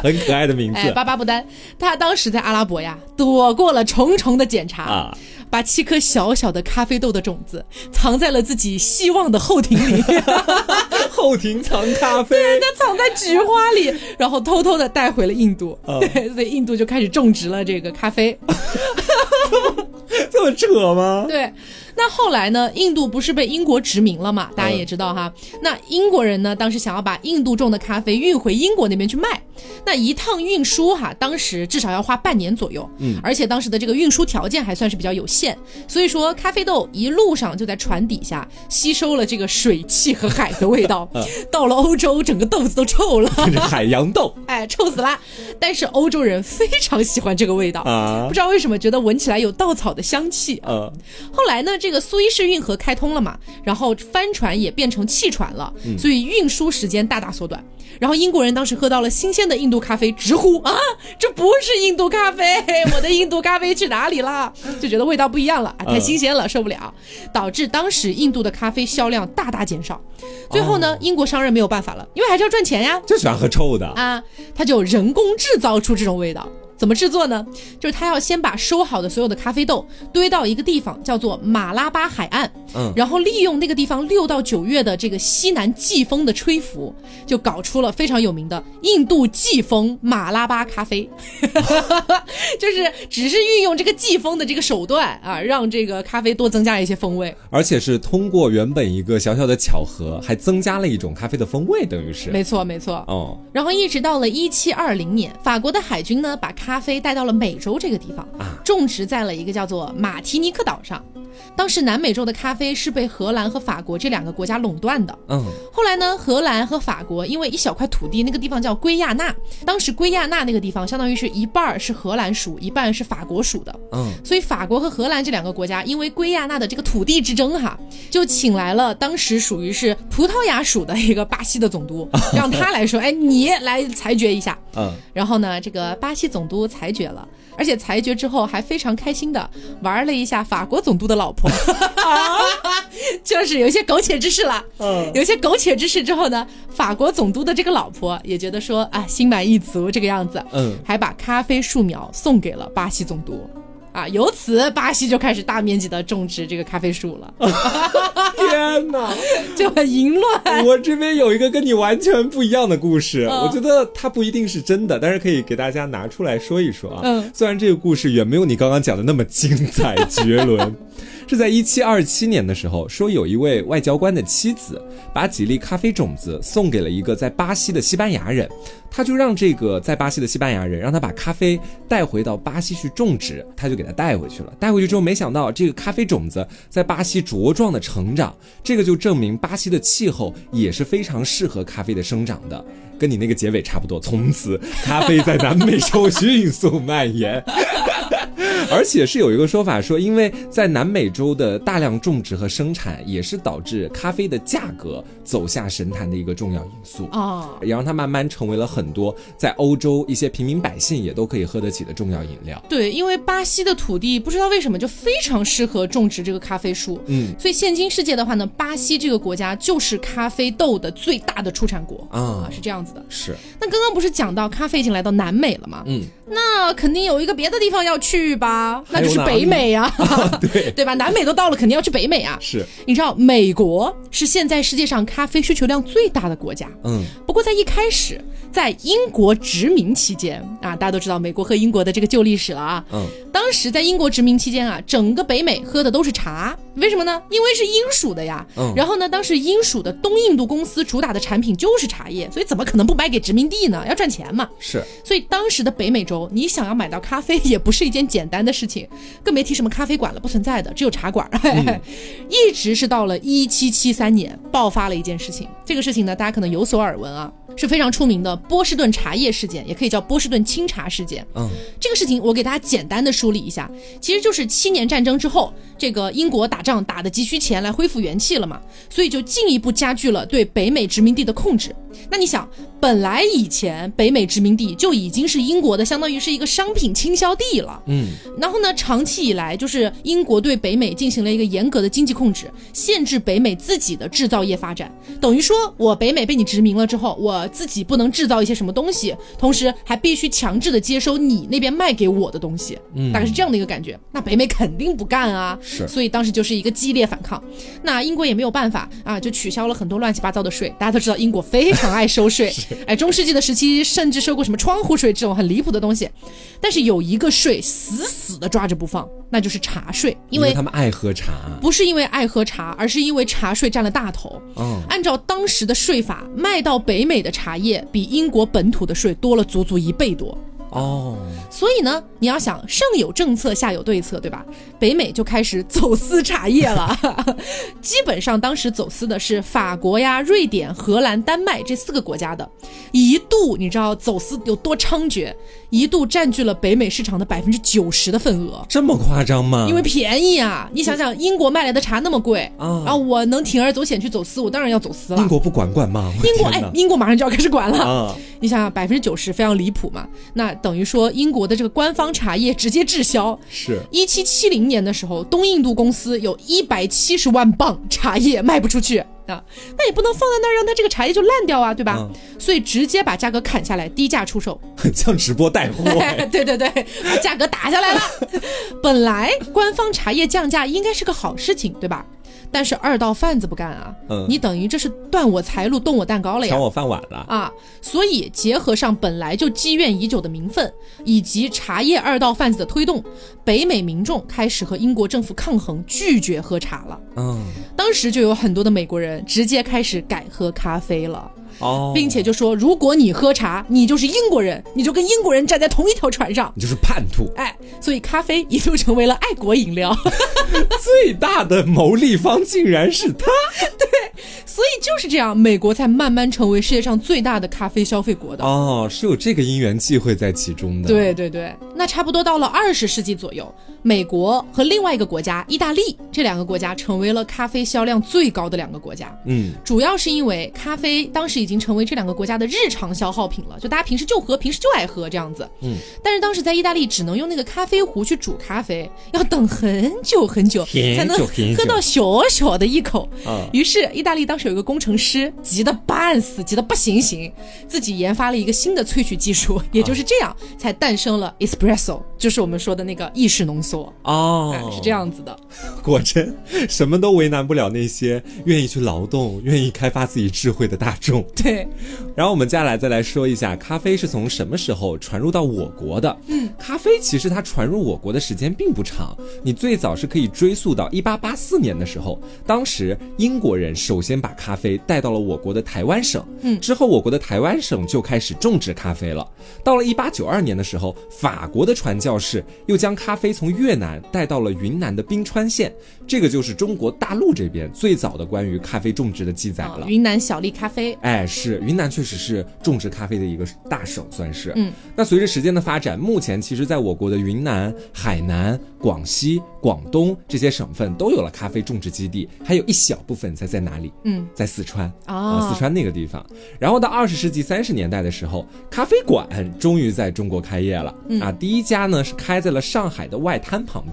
Speaker 2: 很可爱的名字、
Speaker 1: 哎，巴巴布丹，他当时在阿拉伯呀，躲过了重重的检查，
Speaker 2: 啊，
Speaker 1: 把七颗小小的咖啡豆的种子藏在了自己希望的后庭里，
Speaker 2: 后庭藏咖啡。
Speaker 1: 它藏在菊花里，然后偷偷的带回了印度。
Speaker 2: 哦
Speaker 1: 对，所以印度就开始种植了这个咖啡。
Speaker 2: 这么 扯吗？
Speaker 1: 对，那后来呢？印度不是被英国殖民了嘛？大家也知道哈。那英国人呢，当时想要把印度种的咖啡运回英国那边去卖，那一趟运输哈，当时至少要花半年左右。嗯，而且当时的这个运输条件还算是比较有限，所以说咖啡豆一路上就在船底下吸收了这个水汽和海的味道，到了欧洲，整个豆子都臭了。
Speaker 2: 这是海洋豆
Speaker 1: 哎，臭死啦！但是欧洲人非常喜欢这个味道，
Speaker 2: 啊
Speaker 1: 不，知道为什么觉得闻起来有稻草的香气。啊
Speaker 2: 呃，
Speaker 1: 后来呢，这个苏伊士运河开通了嘛，然后帆船也变成汽船了，所以运输时间大大缩短。然后英国人当时喝到了新鲜的印度咖啡，直呼啊，这不是印度咖啡， 我的印度咖啡去哪里啦？就觉得味道不一样了，啊、太新鲜了，受不了，导致当时印度的咖啡销量大大减少。最后呢，英国商人没有办法了，因为还是要赚钱呀，
Speaker 2: 就喜欢喝臭的，
Speaker 1: 啊，他就人工制造出这种味道。怎么制作呢？就是他要先把收好的所有的咖啡豆堆到一个地方，叫做马拉巴海岸，
Speaker 2: 嗯
Speaker 1: 然后利用那个地方六到九月的这个西南季风的吹拂，就搞出了非常有名的印度季风马拉巴咖啡， 就是只是运用这个季风的这个手段啊，让这个咖啡多增加一些风味。
Speaker 2: 而且是通过原本一个小小的巧合，还增加了一种咖啡的风味，等于是。
Speaker 1: 没错，没错。
Speaker 2: 哦，
Speaker 1: 然后一直到了一七二零年，法国的海军呢把咖啡带到了美洲这个地方，种植在了一个叫做马提尼克岛上。当时南美洲的咖啡是被荷兰和法国这两个国家垄断的。
Speaker 2: 嗯，
Speaker 1: 后来呢，荷兰和法国因为一小块土地，那个地方叫圭亚那，当时圭亚那那个地方相当于是一半儿是荷兰属，一半儿是法国属的。
Speaker 2: 嗯，
Speaker 1: 所以法国和荷兰这两个国家因为圭亚那的这个土地之争哈，就请来了当时属于是葡萄牙属的一个巴西的总督，让他来说，哎，你来裁决一下。
Speaker 2: 嗯，
Speaker 1: 然后呢，这个巴西总督裁决了，而且裁决之后还非常开心的玩了一下法国总督的老婆， 就是有一些苟且之事了。
Speaker 2: 啊嗯，
Speaker 1: 有一些苟且之事之后呢，法国总督的这个老婆也觉得说啊，心满意足这个样子，
Speaker 2: 嗯
Speaker 1: 还把咖啡树苗送给了巴西总督。啊，由此巴西就开始大面积的种植这个咖啡树 了，
Speaker 2: 天哪！
Speaker 1: 就很淫乱。
Speaker 2: 我这边有一个跟你完全不一样的故事，
Speaker 1: 嗯
Speaker 2: 我觉得它不一定是真的，但是可以给大家拿出来说一说啊。
Speaker 1: 嗯
Speaker 2: 虽然这个故事远没有你刚刚讲的那么精彩绝 伦。是在一七二七年的时候，说有一位外交官的妻子把几粒咖啡种子送给了一个在巴西的西班牙人，他就让这个在巴西的西班牙人让他把咖啡带回到巴西去种植，他就给他带回去了。带回去之后，没想到这个咖啡种子在巴西茁壮的成长，这个就证明巴西的气候也是非常适合咖啡的生长的。跟你那个结尾差不多，从此咖啡在南美洲迅速蔓延。而且是有一个说法说，因为在南美洲的大量种植和生产，也是导致咖啡的价格走下神坛的一个重要因素。
Speaker 1: 哦，
Speaker 2: 也让它慢慢成为了很多在欧洲一些平民百姓也都可以喝得起的重要饮料。
Speaker 1: 对，因为巴西的土地不知道为什么就非常适合种植这个咖啡树，
Speaker 2: 嗯
Speaker 1: 所以现今世界的话呢，巴西这个国家就是咖啡豆的最大的出产国
Speaker 2: 啊
Speaker 1: 是这样子的。
Speaker 2: 是，
Speaker 1: 那刚刚不是讲到咖啡已经来到南美了吗？
Speaker 2: 嗯，
Speaker 1: 那肯定有一个别的地方要去吧，那就是
Speaker 2: 还有哪里 啊
Speaker 1: 北美呀、
Speaker 2: 对，
Speaker 1: 对吧？南美都到了，肯定要去北美啊。
Speaker 2: 是，
Speaker 1: 你知道，美国是现在世界上咖啡需求量最大的国家。
Speaker 2: 嗯，
Speaker 1: 不过在一开始，在英国殖民期间啊，大家都知道美国和英国的这个旧历史了啊。
Speaker 2: 嗯，
Speaker 1: 当时在英国殖民期间啊，整个北美喝的都是茶，为什么呢？因为是英属的呀。
Speaker 2: 嗯
Speaker 1: 然后呢，当时英属的东印度公司主打的产品就是茶叶，所以怎么可能不卖给殖民地呢？要赚钱嘛。
Speaker 2: 是，
Speaker 1: 所以当时的北美洲，你想要买到咖啡也不是一件简单的事情，更别提什么咖啡馆了，不存在的，只有茶馆。 一直是到了一七七三年，爆发了一件事情。这个事情呢，大家可能有所耳闻啊，是非常出名的波士顿茶叶事件，也可以叫波士顿清茶事件。
Speaker 2: 嗯，
Speaker 1: 这个事情我给大家简单的梳理一下，其实就是七年战争之后，这个英国打仗打得急需钱来恢复元气了嘛，所以就进一步加剧了对北美殖民地的控制。那你想，本来以前北美殖民地就已经是英国的，相当于是一个商品倾销地了，
Speaker 2: 嗯，
Speaker 1: 然后呢，长期以来就是英国对北美进行了一个严格的经济控制，限制北美自己的制造业发展。等于说我北美被你殖民了之后，我自己不能制造一些什么东西，同时还必须强制的接收你那边卖给我的东西，嗯，大概是这样的一个感觉。那北美肯定不干啊，
Speaker 2: 是
Speaker 1: 所以当时就是一个激烈反抗。那英国也没有办法啊，就取消了很多乱七八糟的税。大家都知道英国非常爱收税，哎，中世纪的时期甚至收过什么窗户税这种很离谱的东西，但是有一个税死死的抓着不放，那就是茶税，因为
Speaker 2: 他们爱喝茶。
Speaker 1: 不是因为爱喝茶，而是因为茶税占了大头。
Speaker 2: 嗯，
Speaker 1: 按照当时的税法，卖到北美的茶叶比英国本土的税多了足足一倍多。
Speaker 2: 哦，
Speaker 1: 所以呢，你要想上有政策，下有对策，对吧？北美就开始走私茶叶了， 基本上当时走私的是法国呀、瑞典、荷兰、丹麦这四个国家的，一度你知道走私有多猖獗，一度占据了北美市场的百分之九十的份额。
Speaker 2: 这么夸张吗？
Speaker 1: 因为便宜啊！你想想，英国卖来的茶那么贵
Speaker 2: 啊
Speaker 1: 啊，我能铤而走险去走私，我当然要走私了。
Speaker 2: 英国不管管吗？我
Speaker 1: 英国
Speaker 2: 天
Speaker 1: 哎
Speaker 2: 哪，
Speaker 1: 英国马上就要开始管了。
Speaker 2: 啊，
Speaker 1: 你想想，百分之九十非常离谱嘛，那等于说英国的这个官方茶叶直接滞销。
Speaker 2: 是
Speaker 1: 一七七零年的时候，东印度公司有一百七十万磅茶叶卖不出去啊，那也不能放在那儿让它这个茶叶就烂掉啊，对吧？
Speaker 2: 嗯
Speaker 1: 所以直接把价格砍下来，低价出售。
Speaker 2: 很像直播带货、哎
Speaker 1: 对对对，把价格打下来了。 本来官方茶叶降价应该是个好事情，对吧？但是二道贩子不干啊，
Speaker 2: 嗯
Speaker 1: 你等于这是断我财路、动我蛋糕了呀
Speaker 2: 抢！我饭碗了。
Speaker 1: 啊，所以结合上本来就积怨已久的民愤，以及茶叶二道贩子的推动，北美民众开始和英国政府抗衡，拒绝喝茶了。
Speaker 2: 嗯，
Speaker 1: 当时就有很多的美国人直接开始改喝咖啡了，
Speaker 2: 哦，
Speaker 1: 并且就说，如果你喝茶，你就是英国人，你就跟英国人站在同一条船上。
Speaker 2: 你就是叛徒，
Speaker 1: 哎，所以咖啡一度成为了爱国饮料。
Speaker 2: 最大的牟利方竟然是他。
Speaker 1: 所以就是这样，美国才慢慢成为世界上最大的咖啡消费国的。
Speaker 2: 哦，是有这个因缘际会在其中的。
Speaker 1: 对，对对，那差不多到了二十世纪左右，美国和另外一个国家意大利这两个国家成为了咖啡销量最高的两个国家。
Speaker 2: 嗯，
Speaker 1: 主要是因为咖啡当时已经成为这两个国家的日常消耗品了，就大家平时就喝，平时就爱喝这样子。
Speaker 2: 嗯，
Speaker 1: 但是当时在意大利只能用那个咖啡壶去煮咖啡，要等很久很久
Speaker 2: 很久
Speaker 1: 才能
Speaker 2: 很久
Speaker 1: 喝到小小的一口。
Speaker 2: 啊
Speaker 1: 于是意大利当时有一个工程师急得半死，急得不行行，自己研发了一个新的萃取技术，也就是这样才诞生了 espresso，就是我们说的那个意式浓缩。哎
Speaker 2: 哦，
Speaker 1: 是这，样子 的，
Speaker 2: 果真什么都为难不了那些愿意去劳动、愿意开发自己智慧的大众。
Speaker 1: 对，
Speaker 2: 然后我们接下来再来说一下，咖啡是从什么时候传入到我国的？嗯，咖啡其实它传入我国的时间并不长，你最早是可以追溯到一八八四年的时候，当时英国人首先把咖啡带到了我国的台湾省，嗯，之后我国的台湾省就开始种植咖啡了。到了一八九二年的时候，法国的传教士又将咖啡从越南带到了云南的冰川县，这个就是中国大陆这边最早的关于咖啡种植的记载
Speaker 1: 啊
Speaker 2: 了。
Speaker 1: 云南小粒咖啡，
Speaker 2: 哎，是云南确实是种植咖啡的一个大省，算是。
Speaker 1: 嗯，
Speaker 2: 那随着时间的发展，目前其实在我国的云南、海南、广西、广东这些省份都有了咖啡种植基地，还有一小部分才在哪里？
Speaker 1: 嗯，
Speaker 2: 在四川
Speaker 1: 啊
Speaker 2: 四川那个地方。然后到二十世纪三十年代的时候，咖啡馆终于在中国开业了。
Speaker 1: 嗯
Speaker 2: 啊，第一家呢是开在了上海的外滩旁边。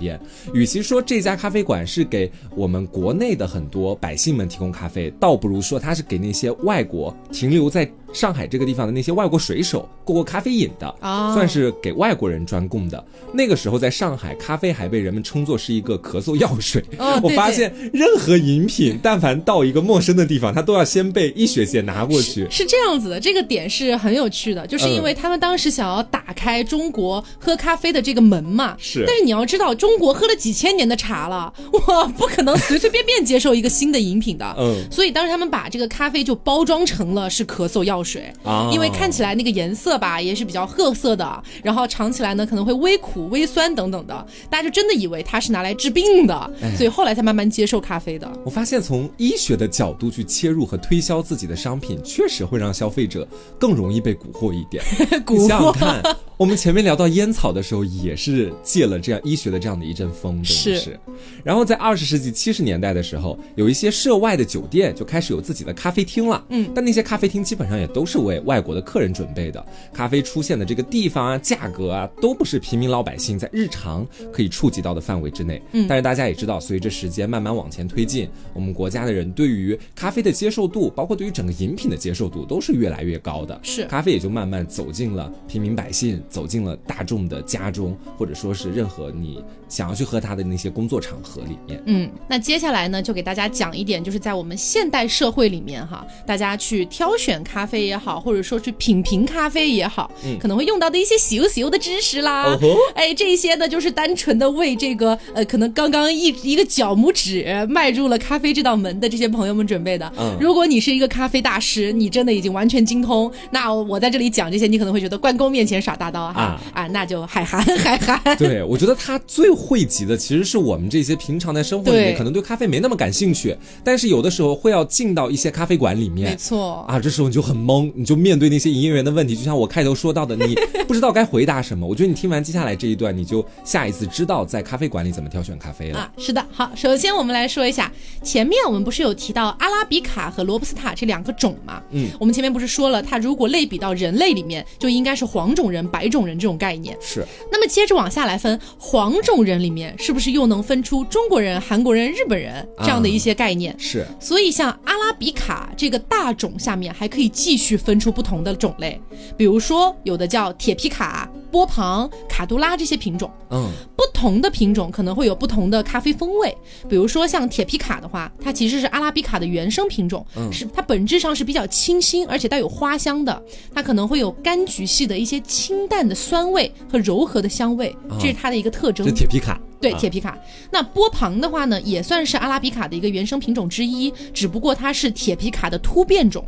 Speaker 2: 与其说这家咖啡馆是给我们国内的很多百姓们提供咖啡，倒不如说它是给那些外国停留在上海这个地方的那些外国水手过过咖啡瘾的，
Speaker 1: 哦
Speaker 2: 算是给外国人专供的。那个时候在上海，咖啡还被人们称作是一个咳嗽药水。
Speaker 1: 哦
Speaker 2: 我
Speaker 1: 对
Speaker 2: 发
Speaker 1: 对
Speaker 2: 现 任何饮品，但凡到一个陌生的地方，它都要先被医学界拿过去。
Speaker 1: 是这样子的，这个点是很有趣的，就是因
Speaker 2: 嗯
Speaker 1: 为他们当时想要打开中国喝咖啡的这个门嘛。
Speaker 2: 是
Speaker 1: 但是你要知道，中国喝了几千年的茶了， 我不可能随随便便接受一个新的饮品的。
Speaker 2: 嗯
Speaker 1: 所以当时他们把这个咖啡就包装成了是咳嗽药水，
Speaker 2: 啊
Speaker 1: 因为看起来那个颜色吧也是比较褐色的，然后尝起来呢可能会微苦、微酸等等的，大家就真的以为它是拿来治病的，
Speaker 2: 哎
Speaker 1: 所以后来才慢慢接受咖啡的。
Speaker 2: 我发现从医学的角度去切入和推销自己的商品，确实会让消费者更容易被蛊惑一点。
Speaker 1: 蛊惑
Speaker 2: 你想想看，我们前面聊到烟草的时候，也是借了这样医学的这样的一阵风，真
Speaker 1: 是
Speaker 2: 的是。然后在二十世纪七十年代的时候，有一些涉外的酒店就开始有自己的咖啡厅了。嗯，但那些咖啡厅基本上也都是为外国的客人准备的，咖啡出现的这个地方啊、价格啊，都不是平民老百姓在日常可以触及到的范围之内。嗯，但是大家也知道，随着时间慢慢往前推进，我们国家的人对于咖啡的接受度，包括对于整个饮品的接受度，都是越来越高的。
Speaker 1: 是
Speaker 2: 咖啡也就慢慢走进了平民百姓，走进了大众的家中，或者说是任何你想要去喝它的那些工作场合里面。
Speaker 1: 嗯，那接下来呢，就给大家讲一点，就是在我们现代社会里面哈，大家去挑选咖啡也好，或者说去品评咖啡也好，
Speaker 2: 嗯
Speaker 1: 可能会用到的一些小小的知识啦。
Speaker 2: 哦吼
Speaker 1: 哎，这些呢，就是单纯的为这个呃，可能刚刚一一个脚拇指迈入了咖啡这道门的这些朋友们准备的。
Speaker 2: 嗯
Speaker 1: 如果你是一个咖啡大师，你真的已经完全精通，那我在这里讲这些，你可能会觉得关公面前耍大刀哈
Speaker 2: 啊
Speaker 1: 啊，那就海涵海涵。
Speaker 2: 对，我觉得它最汇集的其实是我们这些平常在生活里面
Speaker 1: 对
Speaker 2: 可能对咖啡没那么感兴趣，但是有的时候会要进到一些咖啡馆里
Speaker 1: 没
Speaker 2: 面。
Speaker 1: 错，
Speaker 2: 啊，这时候你就很懵，你就面对那些营业员的问题，就像我开头说到的，你 不知道该回答什么。我觉得你听完接下来这一段，你就下一次知道在咖啡馆里怎么挑选咖啡了。
Speaker 1: 啊，是的，好，首先我们来说一下，前面我们不是有提到阿拉比卡和罗布斯塔这两个种嘛？
Speaker 2: 嗯，
Speaker 1: 我们前面不是说了，它如果类比到人类里面，就应该是黄种人、白种人这种概念。
Speaker 2: 是，
Speaker 1: 那么接着往下来分，黄种人里面是不是又能分出中国人、韩国人、日本人这样的一些概念？
Speaker 2: 是，
Speaker 1: 所以，像阿拉比卡这个大种下面还可以继续分出不同的种类，比如说有的叫铁皮卡、波旁、卡杜拉这些品种。
Speaker 2: 嗯，
Speaker 1: 不同的品种可能会有不同的咖啡风味。比如说像铁皮卡的话，它其实是阿拉比卡的原生品种，
Speaker 2: 嗯
Speaker 1: 是它本质上是比较清新，而且带有花香的。它可能会有柑橘系的一些清淡的酸味和柔和的香味，这是它的一个特征
Speaker 2: 啊这。铁皮卡，
Speaker 1: 对
Speaker 2: 啊
Speaker 1: 铁皮卡，那波旁的话呢，也算是阿拉比卡的一个原生品种之一，只不过它是铁皮卡的突变种。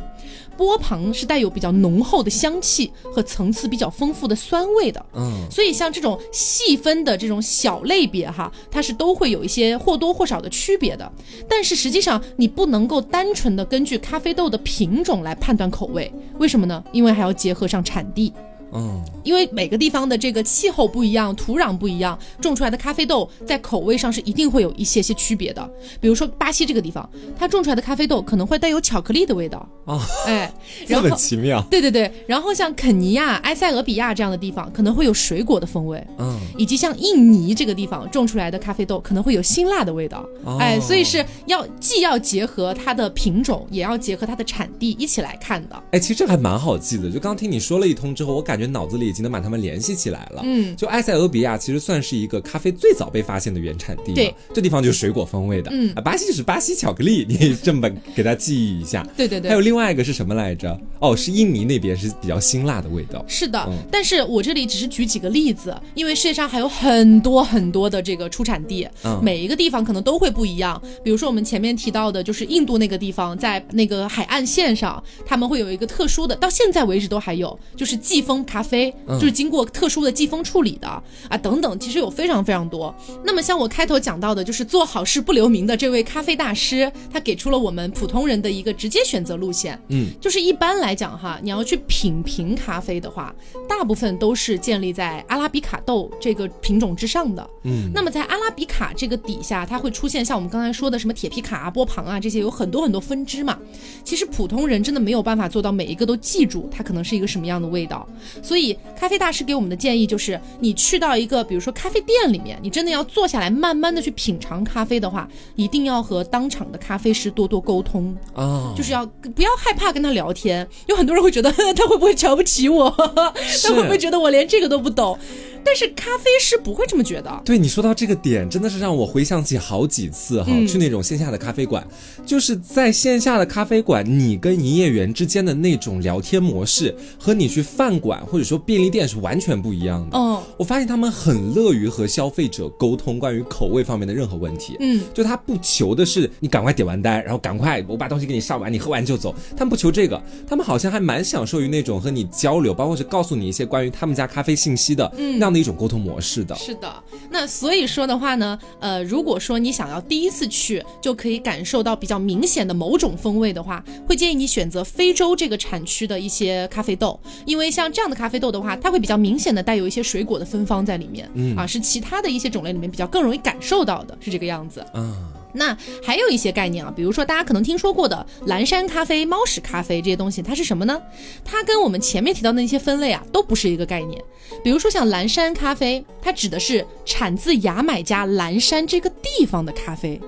Speaker 1: 波旁是带有比较浓厚的香气和层次比较丰富的酸味的，
Speaker 2: 嗯，
Speaker 1: 所以像这种细分的这种小类别哈，它是都会有一些或多或少的区别的。但是实际上，你不能够单纯的根据咖啡豆的品种来判断口味，为什么呢？因为还要结合上产地。
Speaker 2: 嗯，
Speaker 1: 因为每个地方的这个气候不一样，土壤不一样，种出来的咖啡豆在口味上是一定会有一些些区别的。比如说巴西这个地方，它种出来的咖啡豆可能会带有巧克力的味道，
Speaker 2: 哦，
Speaker 1: 哎，
Speaker 2: 这
Speaker 1: 然
Speaker 2: 么
Speaker 1: 后
Speaker 2: 奇妙，
Speaker 1: 对对对，然后像肯尼亚、埃塞俄比亚这样的地方可能会有水果的风味，
Speaker 2: 嗯，
Speaker 1: 以及像印尼这个地方种出来的咖啡豆可能会有辛辣的味道，
Speaker 2: 哦
Speaker 1: 哎，所以是要既要结合它的品种，也要结合它的产地一起来看的。
Speaker 2: 哎，其实这个还蛮好记的。就刚听你说了一通之后，我感觉脑子里已经能把它们联系起来了。
Speaker 1: 嗯
Speaker 2: 就埃塞俄比亚其实算是一个咖啡最早被发现的原产地嘛，
Speaker 1: 对，
Speaker 2: 这地方就是水果风味的。
Speaker 1: 嗯
Speaker 2: 啊，巴西就是巴西巧克力，你这么给它记忆一下。
Speaker 1: 对对对
Speaker 2: 还有另外一个是什么来着？哦，是印尼那边是比较辛辣的味道。
Speaker 1: 是的，
Speaker 2: 嗯
Speaker 1: 但是我这里只是举几个例子，因为世界上还有很多很多的这个出产地，
Speaker 2: 嗯
Speaker 1: 每一个地方可能都会不一样。比如说我们前面提到的，就是印度那个地方，在那个海岸线上，他们会有一个特殊的，到现在为止都还有，就是季风咖啡，
Speaker 2: 嗯
Speaker 1: 就是经过特殊的季风处理的啊等等，其实有非常非常多。那么像我开头讲到的，就是做好事不留名的这位咖啡大师，他给出了我们普通人的一个直接选择路线。
Speaker 2: 嗯，
Speaker 1: 就是一般来讲哈，你要去品评咖啡的话，大部分都是建立在阿拉比卡豆这个品种之上的。
Speaker 2: 嗯，
Speaker 1: 那么在阿拉比卡这个底下，它会出现像我们刚才说的什么铁皮卡啊、波旁啊这些，有很多很多分支嘛。其实普通人真的没有办法做到每一个都记住它可能是一个什么样的味道。所以咖啡大师给我们的建议就是，你去到一个比如说咖啡店里面，你真的要坐下来慢慢的去品尝咖啡的话，一定要和当场的咖啡师多多沟通。
Speaker 2: 啊，
Speaker 1: 就是要不要害怕跟他聊天。有很多人会觉得 他会不会瞧不起我， 他会不会觉得我连这个都不懂？但是咖啡师不会这么觉得。
Speaker 2: 对你说到这个点，真的是让我回想起好几次哈，
Speaker 1: 嗯
Speaker 2: 去那种线下的咖啡馆，就是在线下的咖啡馆，你跟营业员之间的那种聊天模式，和你去饭馆或者说便利店是完全不一样的。
Speaker 1: 嗯
Speaker 2: 我发现他们很乐于和消费者沟通关于口味方面的任何问题。
Speaker 1: 嗯，
Speaker 2: 就他不求的是你赶快点完单，然后赶快我把东西给你上完，你喝完就走。他们不求这个，他们好像还蛮享受于那种和你交流，包括是告诉你一些关于他们家咖啡信息的、
Speaker 1: 嗯
Speaker 2: 那样的一种沟通模式的。
Speaker 1: 是的。那所以说的话呢，呃，如果说你想要第一次去就可以感受到比较明显的某种风味的话，会建议你选择非洲这个产区的一些咖啡豆，因为像这样的咖啡豆的话，它会比较明显的带有一些水果的芬芳在里面，嗯啊，是其他的一些种类里面比较更容易感受到的，是这个样子。
Speaker 2: 啊，
Speaker 1: 那还有一些概念啊，比如说大家可能听说过的蓝山咖啡、猫屎咖啡这些东西，它是什么呢？它跟我们前面提到的那些分类啊，都不是一个概念。比如说像蓝山咖啡，它指的是产自牙买加蓝山这个地方的咖啡。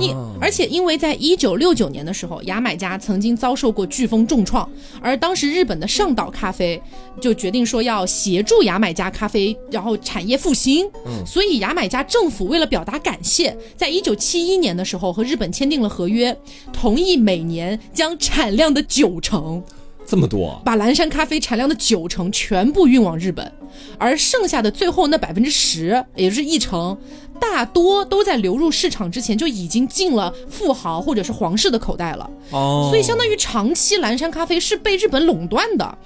Speaker 1: 因
Speaker 2: 哦
Speaker 1: 而且因为在一九六九年的时候，牙买加曾经遭受过飓风重创，而当时日本的上岛咖啡就决定说要协助牙买加咖啡，然后产业复兴。所以牙买加政府为了表达感谢，在一九七一年的时候和日本签订了合约，同意每年将产量的九成。
Speaker 2: 这么多，
Speaker 1: 把蓝山咖啡产量的九成全部运往日本，而剩下的最后那百分之十，也就是一成，大多都在流入市场之前就已经进了富豪或者是皇室的口袋了。
Speaker 2: 哦，
Speaker 1: 所以相当于长期蓝山咖啡是被日本垄断的，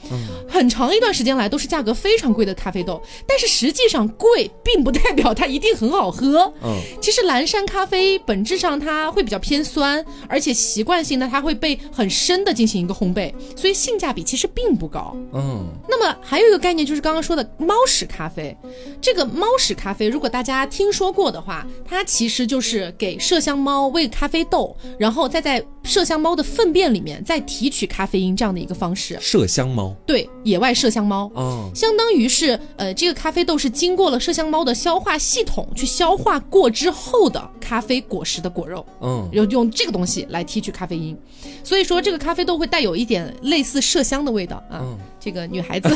Speaker 1: 很长一段时间来都是价格非常贵的咖啡豆。但是实际上贵并不代表它一定很好喝。
Speaker 2: 嗯，
Speaker 1: 其实蓝山咖啡本质上它会比较偏酸，而且习惯性的它会被很深的进行一个烘焙，所以性价比其实并不高。
Speaker 2: 嗯，
Speaker 1: 那么还有一个概念就是刚刚说的猫屎咖啡，这个猫屎咖啡，如果大家听说过的话，它其实就是给麝香猫喂咖啡豆，然后再在麝香猫的粪便里面再提取咖啡因这样的一个方式。
Speaker 2: 麝香猫，
Speaker 1: 对，野外麝香猫。
Speaker 2: 哦，
Speaker 1: 相当于是，呃，这个咖啡豆是经过了麝香猫的消化系统去消化过之后的咖啡果实的果肉，
Speaker 2: 嗯，
Speaker 1: 用用这个东西来提取咖啡因，所以说这个咖啡豆会带有一点类似麝香的味道啊。
Speaker 2: 嗯
Speaker 1: 这个女 孩子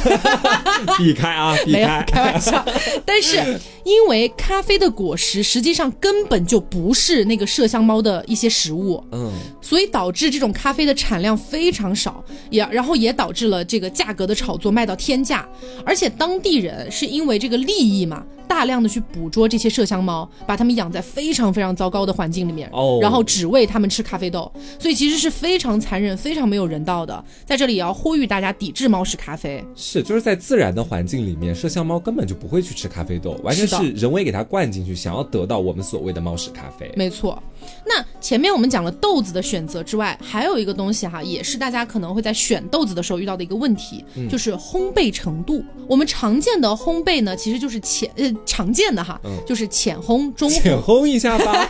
Speaker 2: 避开 啊，避
Speaker 1: 没有
Speaker 2: 开，
Speaker 1: 开玩 笑，但是因为咖啡的果实实际上根本就不是那个麝香猫的一些食物，
Speaker 2: 嗯，
Speaker 1: 所以导致这种咖啡的产量非常少，也然后也导致了这个价格的炒作卖到天价，而且当地人是因为这个利益嘛，大量的去捕捉这些麝香猫，把它们养在非常非常糟糕的环境里面，
Speaker 2: 哦
Speaker 1: 然后只喂它们吃咖啡豆，所以其实是非常残忍、非常没有人道的。在这里也要呼吁大家抵制猫屎咖啡。
Speaker 2: 是，就是在自然的环境里面，麝香猫根本就不会去吃咖啡豆，完全
Speaker 1: 是的
Speaker 2: 是人为给它灌进去，想要得到我们所谓的猫屎咖啡。
Speaker 1: 没错，那前面我们讲了豆子的选择之外，还有一个东西哈，也是大家可能会在选豆子的时候遇到的一个问题，
Speaker 2: 嗯
Speaker 1: 就是烘焙程度。我们常见的烘焙呢，其实就是浅呃常见的哈，就是浅烘、中烘
Speaker 2: 嗯浅烘一 下吧，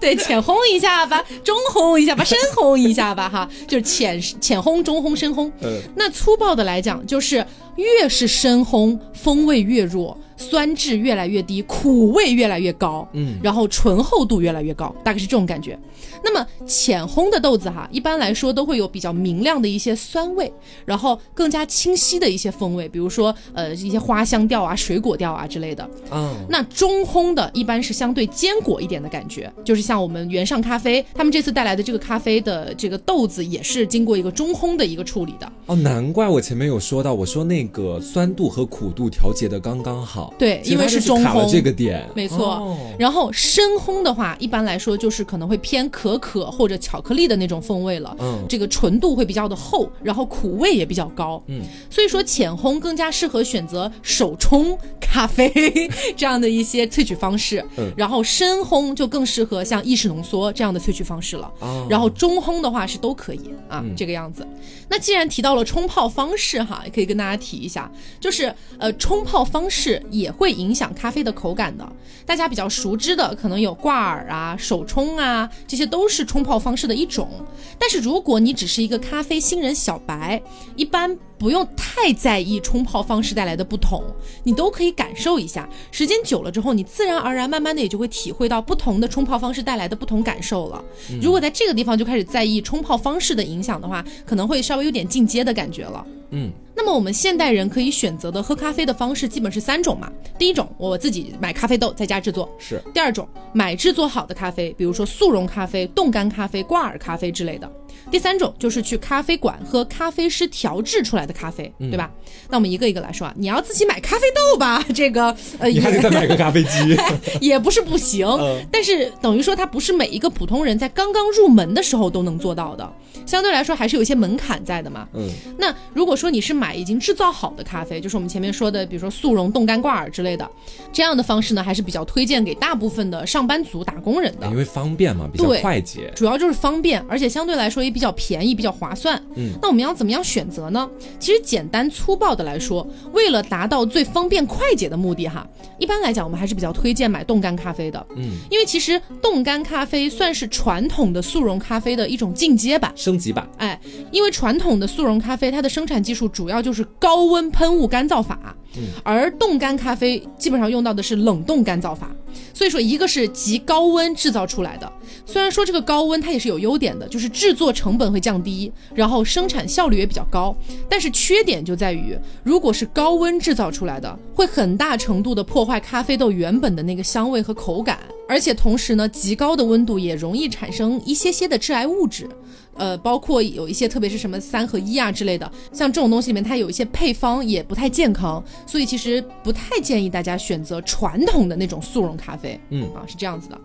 Speaker 1: 对，浅烘一下吧，中烘一下吧，深烘一下吧，哈，就是浅浅烘、中烘、深烘。
Speaker 2: 嗯
Speaker 1: 那粗暴的来讲，就是越是深烘，风味越弱，酸质越来越低，苦味越来越高，
Speaker 2: 嗯，
Speaker 1: 然后醇厚度越来越高，大概是这种感觉。那么浅烘的豆子哈，一般来说都会有比较明亮的一些酸味，然后更加清晰的一些风味，比如说呃一些花香调啊、水果调啊之类的。
Speaker 2: 嗯，
Speaker 1: 那中烘的一般是相对坚果一点的感觉，就是像我们原上咖啡，他们这次带来的这个咖啡的这个豆子也是经过一个中烘的一个处理的。
Speaker 2: 哦，难怪我前面有说到，我说那个酸度和苦度调节的刚刚好，
Speaker 1: 对
Speaker 2: 其实
Speaker 1: 因为
Speaker 2: 它就是
Speaker 1: 中
Speaker 2: 卡了
Speaker 1: 烘
Speaker 2: 这个点，
Speaker 1: 没错
Speaker 2: 哦
Speaker 1: 然后深烘的话，一般来说就是可能会偏可可或者巧克力的那种风味了，
Speaker 2: 嗯
Speaker 1: 这个纯度会比较的厚，然后苦味也比较高，
Speaker 2: 嗯，
Speaker 1: 所以说浅烘更加适合选择手冲咖啡 这样的一些萃取方式，
Speaker 2: 嗯
Speaker 1: 然后深烘就更适合像意式浓缩这样的萃取方式了，
Speaker 2: 哦
Speaker 1: 然后中烘的话是都可以啊，这个样子。那既然提到了冲泡方式哈，也可以跟大家提一下，就是呃，冲泡方式也会影响咖啡的口感的。大家比较熟知的可能有挂耳啊、手冲啊，这些都是冲泡方式的一种。但是如果你只是一个咖啡新人小白，一般不用太在意冲泡方式带来的不同，你都可以感受一下。时间久了之后，你自然而然慢慢的也就会体会到不同的冲泡方式带来的不同感受了。
Speaker 2: 嗯
Speaker 1: 如果在这个地方就开始在意冲泡方式的影响的话，可能会稍微有点进阶的感觉了。
Speaker 2: 嗯，
Speaker 1: 那么我们现代人可以选择的喝咖啡的方式基本是三种嘛。第一种，我自己买咖啡豆在家制作；
Speaker 2: 是
Speaker 1: 第二种，买制作好的咖啡，比如说速溶咖啡、冻干咖啡、挂耳咖啡之类的；第三种就是去咖啡馆喝咖啡师调制出来的咖啡，
Speaker 2: 嗯
Speaker 1: 对吧？那我们一个一个来说啊，你要自己买咖啡豆吧，这个呃
Speaker 2: 你还
Speaker 1: 也
Speaker 2: 得再买个咖啡 机，
Speaker 1: 也不是不行，
Speaker 2: 嗯
Speaker 1: 但是等于说它不是每一个普通人在刚刚入门的时候都能做到的，相对来说还是有一些门槛在的嘛。
Speaker 2: 嗯，
Speaker 1: 那如果说你是买已经制造好的咖啡，就是我们前面说的，比如说速溶、冻干、挂耳之类的，这样的方式呢，还是比较推荐给大部分的上班族、打工人的
Speaker 2: 啊因。为方便嘛，比较
Speaker 1: 对
Speaker 2: 快捷，
Speaker 1: 主要就是方便，而且相对来说也比较便宜，比较划算。
Speaker 2: 嗯，
Speaker 1: 那我们要怎么样选择呢？其实简单粗暴的来说，为了达到最方便快捷的目的哈，一般来讲我们还是比较推荐买冻干咖啡的。
Speaker 2: 嗯，
Speaker 1: 因为其实冻干咖啡算是传统的速溶咖啡的一种进阶版。
Speaker 2: 升级版，
Speaker 1: 哎，因为传统的速溶咖啡，它的生产技术主要就是高温喷雾干燥法，而冻干咖啡基本上用到的是冷冻干燥法。所以说，一个是极高温制造出来的，虽然说这个高温它也是有优点的，就是制作成本会降低，然后生产效率也比较高，但是缺点就在于，如果是高温制造出来的，会很大程度的破坏咖啡豆原本的那个香味和口感，而且同时呢，极高的温度也容易产生一些些的致癌物质。呃，包括有一些，特别是什么三合一啊之类的，像这种东西里面，它有一些配方也不太健康，所以其实不太建议大家选择传统的那种速溶咖啡。
Speaker 2: 嗯
Speaker 1: 啊，是这样子的。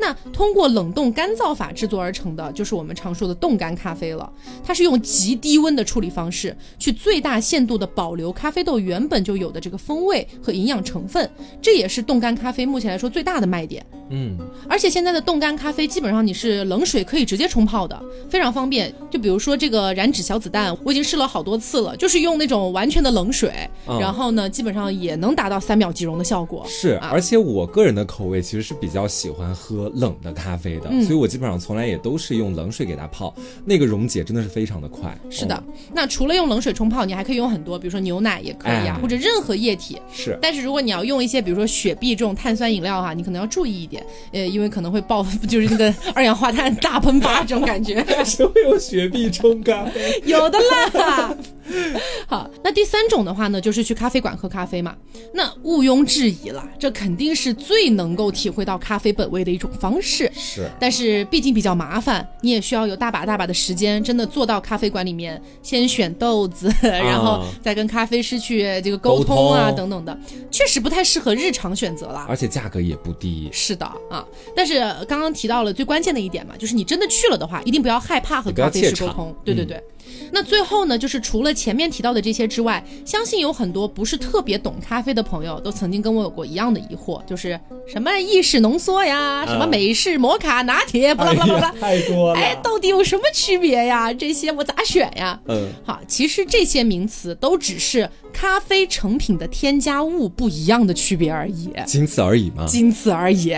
Speaker 1: 那通过冷冻干燥法制作而成的，就是我们常说的冻干咖啡了。它是用极低温的处理方式，去最大限度的保留咖啡豆原本就有的这个风味和营养成分，这也是冻干咖啡目前来说最大的卖点。
Speaker 2: 嗯，
Speaker 1: 而且现在的冻干咖啡基本上你是冷水可以直接冲泡的，非常方便。就比如说这个燃脂小子弹，我已经试了好多次了，就是用那种完全的冷水，
Speaker 2: 嗯
Speaker 1: 然后呢，基本上也能达到三秒即溶的效果。
Speaker 2: 是，
Speaker 1: 啊
Speaker 2: 而且我个人的口味其实是比较喜欢喝冷的咖啡
Speaker 1: 嗯
Speaker 2: 的，所以我基本上从来也都是用冷水给它泡，那个溶解真的是非常的快。
Speaker 1: 是的
Speaker 2: 嗯，
Speaker 1: 那除了用冷水冲泡，你还可以用很多，比如说牛奶也可以啊
Speaker 2: 哎，
Speaker 1: 或者任何液体。
Speaker 2: 是。
Speaker 1: 但是如果你要用一些，比如说雪碧这种碳酸饮料哈、你可能要注意一点，呃，因为可能会爆， 就是那个二氧化碳大喷发这种感觉。
Speaker 2: 谁会用雪碧冲咖 啡？
Speaker 1: 有的啦。好，那第三种的话呢，就是去咖啡馆喝咖啡嘛。那毋庸置疑了，这肯定是最能够体会到咖啡本味的一种方式。
Speaker 2: 是，
Speaker 1: 但是毕竟比较麻烦，你也需要有大把大把的时间，真的坐到咖啡馆里面，先选豆子， 然后再跟咖啡师去这个沟通啊
Speaker 2: 啊沟
Speaker 1: 等
Speaker 2: 通
Speaker 1: 等的，确实不太适合日常选择啦。
Speaker 2: 而且价格也不低，
Speaker 1: 是的啊，但是刚刚提到了最关键的一点嘛，就是你真的去了的话，一定不要害怕和
Speaker 2: 你不要
Speaker 1: 咖啡师
Speaker 2: 怯
Speaker 1: 沟
Speaker 2: 场嗯
Speaker 1: 通。对对对。那最后呢，就是除了前面提到的这些之外，相信有很多不是特别懂咖啡的朋友，都曾经跟我有过一样的疑惑，就是什么意式浓缩呀，什么
Speaker 2: 啊
Speaker 1: 美式摩卡拿铁，巴拉巴拉巴拉，
Speaker 2: 哎太多
Speaker 1: 哎，到底有什么区别呀？这些我咋选呀？
Speaker 2: 嗯，
Speaker 1: 好，其实这些名词都只是咖啡成品的添加物不一样的区别而已。
Speaker 2: 仅此而已嘛。
Speaker 1: 仅此而已。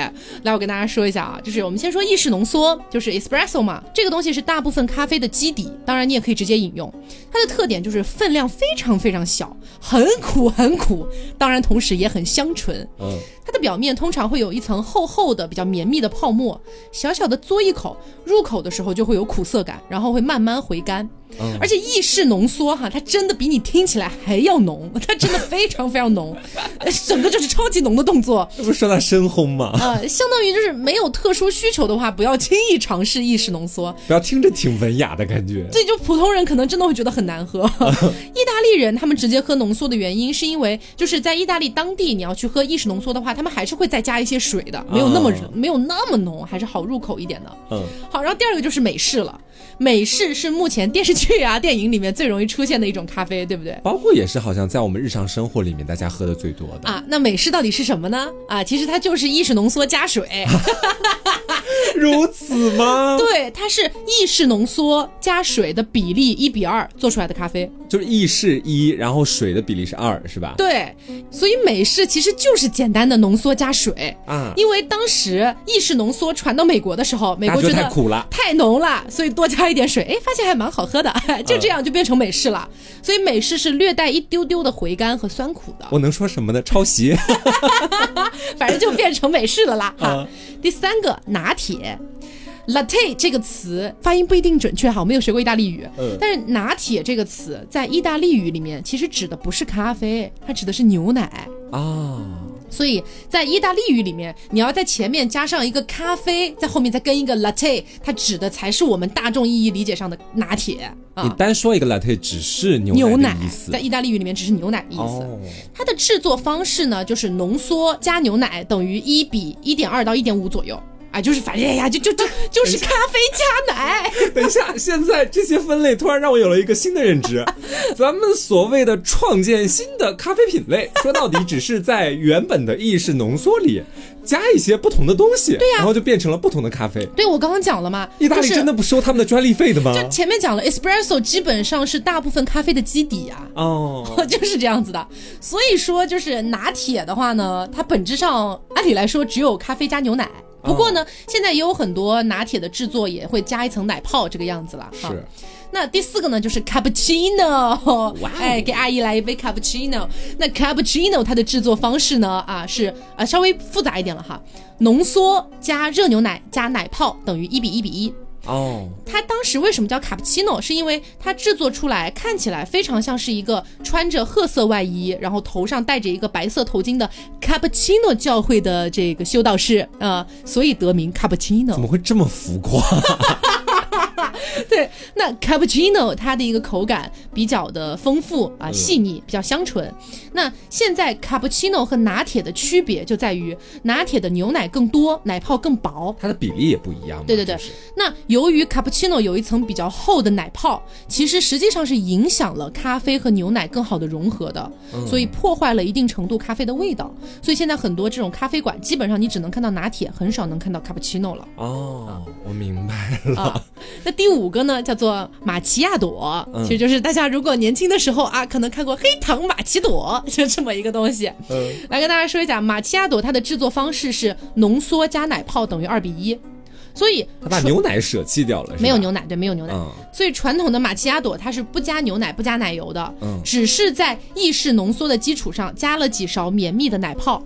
Speaker 1: 来，我跟大家说一下啊，就是我们先说意式浓缩，就是 espresso 嘛，这个东西是大部分咖啡的基底，当然你也可以直接饮用。它的特点就是分量非常非常小，很苦很苦，当然同时也很香醇。
Speaker 2: 嗯，
Speaker 1: 它的表面通常会有一层厚厚的、比较绵密的泡沫，小小的嘬一口，入口的时候就会有苦涩感，然后会慢慢回甘。
Speaker 2: 嗯
Speaker 1: 而且意式浓缩哈，它真的比你听起来还要浓，它真的非常非常浓，呃整个就是超级浓的动作。
Speaker 2: 这不是说它深烘吗？
Speaker 1: 呃，相当于就是没有特殊需求的话，不要轻易尝试意式浓缩。
Speaker 2: 不要听着挺文雅的感觉。
Speaker 1: 这就普通人可能真的会觉得很难喝。意大利人他们直接喝浓缩的原因，是因为就是在意大利当地，你要去喝意式浓缩的话，他们还是会再加一些水的，没有那么、
Speaker 2: 哦
Speaker 1: 没有那么浓，还是好入口一点的。
Speaker 2: 嗯，
Speaker 1: 好，然后第二个就是美式了。美式是目前电视剧啊、电影里面最容易出现的一种咖啡，对不对？
Speaker 2: 包括也是好像在我们日常生活里面大家喝的最多的。
Speaker 1: 啊，那美式到底是什么呢？啊，其实它就是意式浓缩加水。
Speaker 2: 如此 吗？
Speaker 1: 对，它是意式浓缩加水的比例一比二做出来的咖啡。
Speaker 2: 就是意式一，然后水的比例是二，是吧？
Speaker 1: 对，所以美式其实就是简单的浓缩加水。
Speaker 2: 啊，
Speaker 1: 因为当时意式浓缩传到美国的时候，美
Speaker 2: 大
Speaker 1: 国
Speaker 2: 家
Speaker 1: 觉
Speaker 2: 觉
Speaker 1: 得
Speaker 2: 得太苦了。
Speaker 1: 太浓了，所以多加一点水，哎，发现还蛮好喝的，就
Speaker 2: 嗯
Speaker 1: 这样就变成美式了。所以美式是略带一丢丢的回甘和酸苦的，
Speaker 2: 我能说什么呢？抄袭。
Speaker 1: 啊 反正就变成美式了啦。哈
Speaker 2: 啊，
Speaker 1: 第三个拿铁。latte 这个词发音不一定准确哈，我没有学过意大利语，
Speaker 2: 嗯
Speaker 1: 但是拿铁这个词在意大利语里面其实指的不是咖啡，它指的是牛奶。
Speaker 2: 啊，
Speaker 1: 所以在意大利语里面，你要在前面加上一个咖啡，在后面再跟一个 latte，它指的才是我们大众意义理解上的拿铁
Speaker 2: 你
Speaker 1: 啊。
Speaker 2: 单说一个 latte 只是
Speaker 1: 牛
Speaker 2: 牛
Speaker 1: 奶
Speaker 2: 的意思
Speaker 1: 在。意大利语里面只是牛奶的意思。
Speaker 2: 哦，
Speaker 1: 它的制作方式呢，就是浓缩加牛奶等于一比一点二到一点五左右。啊，就是反正哎呀，就就就就是咖啡加 奶，
Speaker 2: 等一下，现在这些分类突然让我有了一个新的认 知。咱们所谓的创建新的咖啡品类，说到底只是在原本的意式浓缩里加一些不同的东西，对呀、然后就变成了不同的咖啡。
Speaker 1: 对我刚刚讲了嘛，
Speaker 2: 意大
Speaker 1: 就
Speaker 2: 利
Speaker 1: 是
Speaker 2: 真的不收他们的专利费的吗？
Speaker 1: 就前面讲了，espresso 基本上是大部分咖啡的基底啊，
Speaker 2: 哦，
Speaker 1: 就是这样子的。所以说，就是拿铁的话呢，它本质上按理来说只有咖啡加牛奶。不过
Speaker 2: 哦
Speaker 1: 呢，现在也有很多拿铁的制作也会加一层奶泡这个样子了。啊
Speaker 2: 是，
Speaker 1: 那第四个呢，就是 cappuccino，
Speaker 2: 哇哦
Speaker 1: 哎，给阿姨来一杯 cappuccino。那 cappuccino 它的制作方式呢，啊是啊稍微复杂一点了哈，浓缩加热牛奶加奶泡等于一比一比一。
Speaker 2: 哦，
Speaker 1: 它当时为什么叫卡布奇诺？是因为它制作出来看起来非常像是一个穿着褐色外衣，然后头上戴着一个白色头巾的卡布奇诺教会的这个修道士啊、呃所以得名卡布奇诺
Speaker 2: 怎。么会这么浮夸？
Speaker 1: 对，那 cappuccino 它的一个口感比较的丰富啊，细腻，比较香醇。那现在 cappuccino 和拿铁的区别就在于，拿铁的牛奶更多，奶泡更薄。
Speaker 2: 它的比例也不一样嘛。
Speaker 1: 对对对
Speaker 2: 就是
Speaker 1: 那由于 cappuccino 有一层比较厚的奶泡，其实实际上是影响了咖啡和牛奶更好的融合的，所以破坏了一定程度咖啡的味道。所以现在很多这种咖啡馆，基本上你只能看到拿铁，很少能看到 cappuccino 了。
Speaker 2: 哦，我明白了。
Speaker 1: 啊。那第五个呢，叫做玛奇亚朵，
Speaker 2: 嗯
Speaker 1: 其实就是大家如果年轻的时候啊，可能看过黑糖玛奇朵， 就这么一个东西。
Speaker 2: 嗯
Speaker 1: 来跟大家说一下，玛奇亚朵它的制作方式是浓缩加奶泡等于二比一，所以
Speaker 2: 他把
Speaker 1: 纯
Speaker 2: 牛奶舍弃掉了，是吧
Speaker 1: 没有牛奶，对，没有牛奶。
Speaker 2: 嗯
Speaker 1: 所以传统的玛奇亚朵它是不加牛奶、不加奶油的，
Speaker 2: 嗯
Speaker 1: 只是在意式浓缩的基础上加了几勺绵密的奶泡，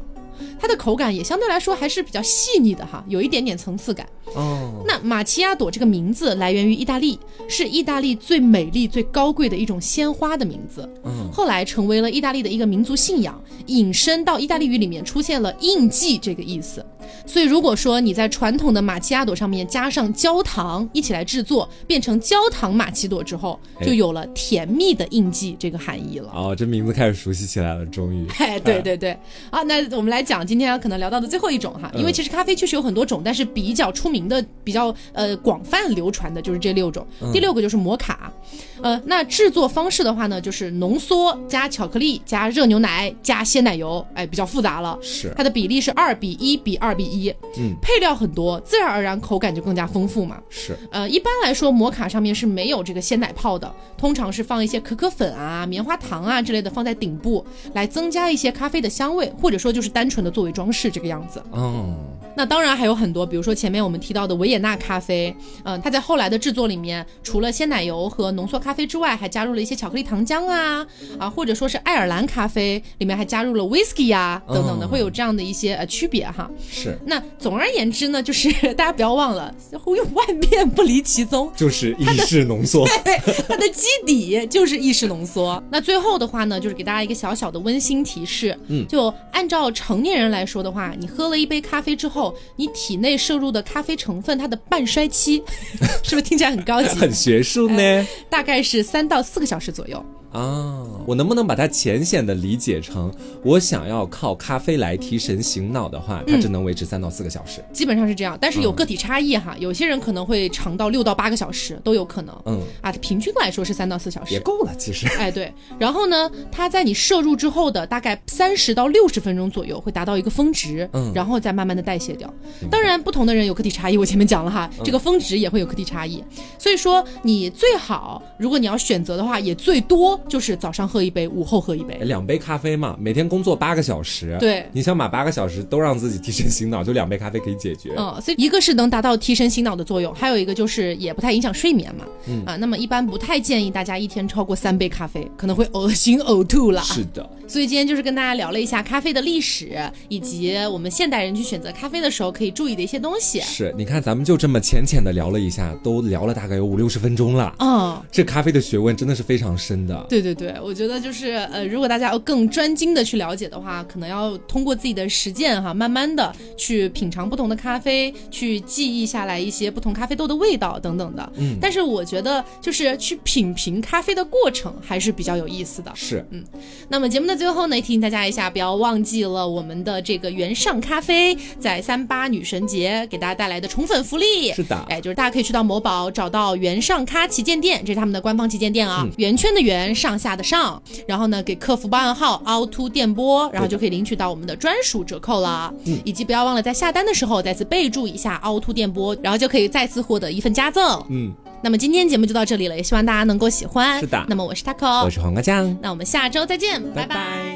Speaker 1: 它的口感也相对来说还是比较细腻的哈，有一点点层次感。
Speaker 2: 哦，
Speaker 1: 那玛奇亚朵这个名字来源于意大利，是意大利最美丽、最高贵的一种鲜花的名字，
Speaker 2: 嗯
Speaker 1: 后来成为了意大利的一个民族信仰，引申到意大利语里面出现了印记这个意思。所以，如果说你在传统的玛奇亚朵上面加上焦糖一起来制作，变成焦糖玛奇朵之后，
Speaker 2: 哎
Speaker 1: 就有了甜蜜的印记这个含义了。
Speaker 2: 哦，这名字开始熟悉起来了，终于。
Speaker 1: 哎，对对对，啊，那我们来讲今天可能聊到的最后一种哈，因为
Speaker 2: 嗯
Speaker 1: 其实咖啡确实有很多种，但是比较出名的、比较呃广泛流传的就是这六种。第六个就是摩卡，呃，那制作方式的话呢，就是浓缩加巧克力加热牛奶加鲜奶油，哎，比较复杂了。
Speaker 2: 是，
Speaker 1: 它的比例是二比一比二比一，
Speaker 2: 嗯，
Speaker 1: 配料很多，自然而然口感就更加丰富嘛。
Speaker 2: 是，
Speaker 1: 呃，一般来说，摩卡上面是没有这个鲜奶泡的，通常是放一些可可粉啊、棉花糖啊之类的放在顶部，来增加一些咖啡的香味，或者说就是单纯的作为装饰这个样子。
Speaker 2: 哦，
Speaker 1: 那当然还有很多，比如说前面我们提到的维也纳咖啡，嗯、它在后来的制作里面，除了鲜奶油和浓缩咖啡之外，还加入了一些巧克力糖浆啊，啊，或者说是爱尔兰咖啡里面还加入了 whisky 呀、等等的，
Speaker 2: 嗯
Speaker 1: 会有这样的一些呃区别哈。
Speaker 2: 是，
Speaker 1: 那总而言之呢，就是 大家不要忘了， 万变不离其宗，
Speaker 2: 就是意式浓缩。
Speaker 1: 它的基底就是意识浓缩。那最后的话呢，就是给大家一个小小的温馨提示，
Speaker 2: 嗯
Speaker 1: 就按照成年人来说的话，你喝了一杯咖啡之后，你体内摄入的咖啡成分，它的半衰期， 是不是听起来很高级？
Speaker 2: 很学术呢
Speaker 1: 大概是三到四个小时左右。
Speaker 2: 啊！我能不能把它浅显的理解成，我想要靠咖啡来提神醒脑的话，它只能维持三到四个小时。
Speaker 1: 基本上是这样，但是有
Speaker 2: 嗯
Speaker 1: 个体差异哈，有些人可能会长到六到八个小时都有可能。
Speaker 2: 嗯，
Speaker 1: 啊，平均来说是三到四小时
Speaker 2: 也，够了，其实。
Speaker 1: 哎，对，然后呢，它在你摄入之后的大概三十到六十分钟左右会达到一个峰值，
Speaker 2: 嗯
Speaker 1: 然后再慢慢的代谢掉
Speaker 2: 明。白
Speaker 1: 当
Speaker 2: 嗯
Speaker 1: 然，不同的人有个体差异，我前面讲了哈，这个峰值也会有个体差异。所以说，你最好如果你要选择的话，也最多就是早上喝一杯，午后喝一杯。
Speaker 2: 两杯咖啡嘛，每天工作八个小时，
Speaker 1: 对
Speaker 2: 你想把八个小时都让自己提神醒脑，就两杯咖啡可以解决。
Speaker 1: 嗯，所以一个是能达到提神醒脑的作用，还有一个就是也不太影响睡眠嘛。嗯啊，那么一般不太建议大家一天超过三杯咖啡，可能会恶心呕吐 了。
Speaker 2: 是的，
Speaker 1: 所以今天就是跟大家聊了一下咖啡的历史，以及我们现代人去选择咖啡的时候可以注意的一些东西。
Speaker 2: 是，你看咱们就这么浅浅的聊了一下，都聊了大概有五六十分钟了。
Speaker 1: 嗯，
Speaker 2: 这咖啡的学问真的是非常深的。
Speaker 1: 对对对，我觉得就是呃，如果大家要更专精的去了解的话，可能要通过自己的实践哈，慢慢的去品尝不同的咖啡，去记忆下来一些不同咖啡豆的味道等等的。
Speaker 2: 嗯
Speaker 1: 但是我觉得就是去品评咖啡的过程还是比较有意思的。
Speaker 2: 是，
Speaker 1: 那么节目的最后呢，提醒大家一下，不要忘记了我们的这个原上咖啡在三八女神节给大家带来的宠粉福利。
Speaker 2: 是的
Speaker 1: 哎，就是大家可以去到某宝找到原上咖旗舰店，这是他们的官方旗舰店啊，
Speaker 2: 嗯
Speaker 1: 圆圈的圆，上下的上，然后呢给客服报暗号凹凸电波，然后就可以领取到我们的专属折扣了。嗯，以及不要忘了在下单的时候再次备注一下凹凸电波，然后就可以再次获得一份加赠。
Speaker 2: 嗯，
Speaker 1: 那么今天节目就到这里了，也希望大家能够喜欢。
Speaker 2: 是的
Speaker 1: 那么我是 taco，
Speaker 2: 我是黄瓜酱，
Speaker 1: 那我们下周再见，拜拜
Speaker 2: 拜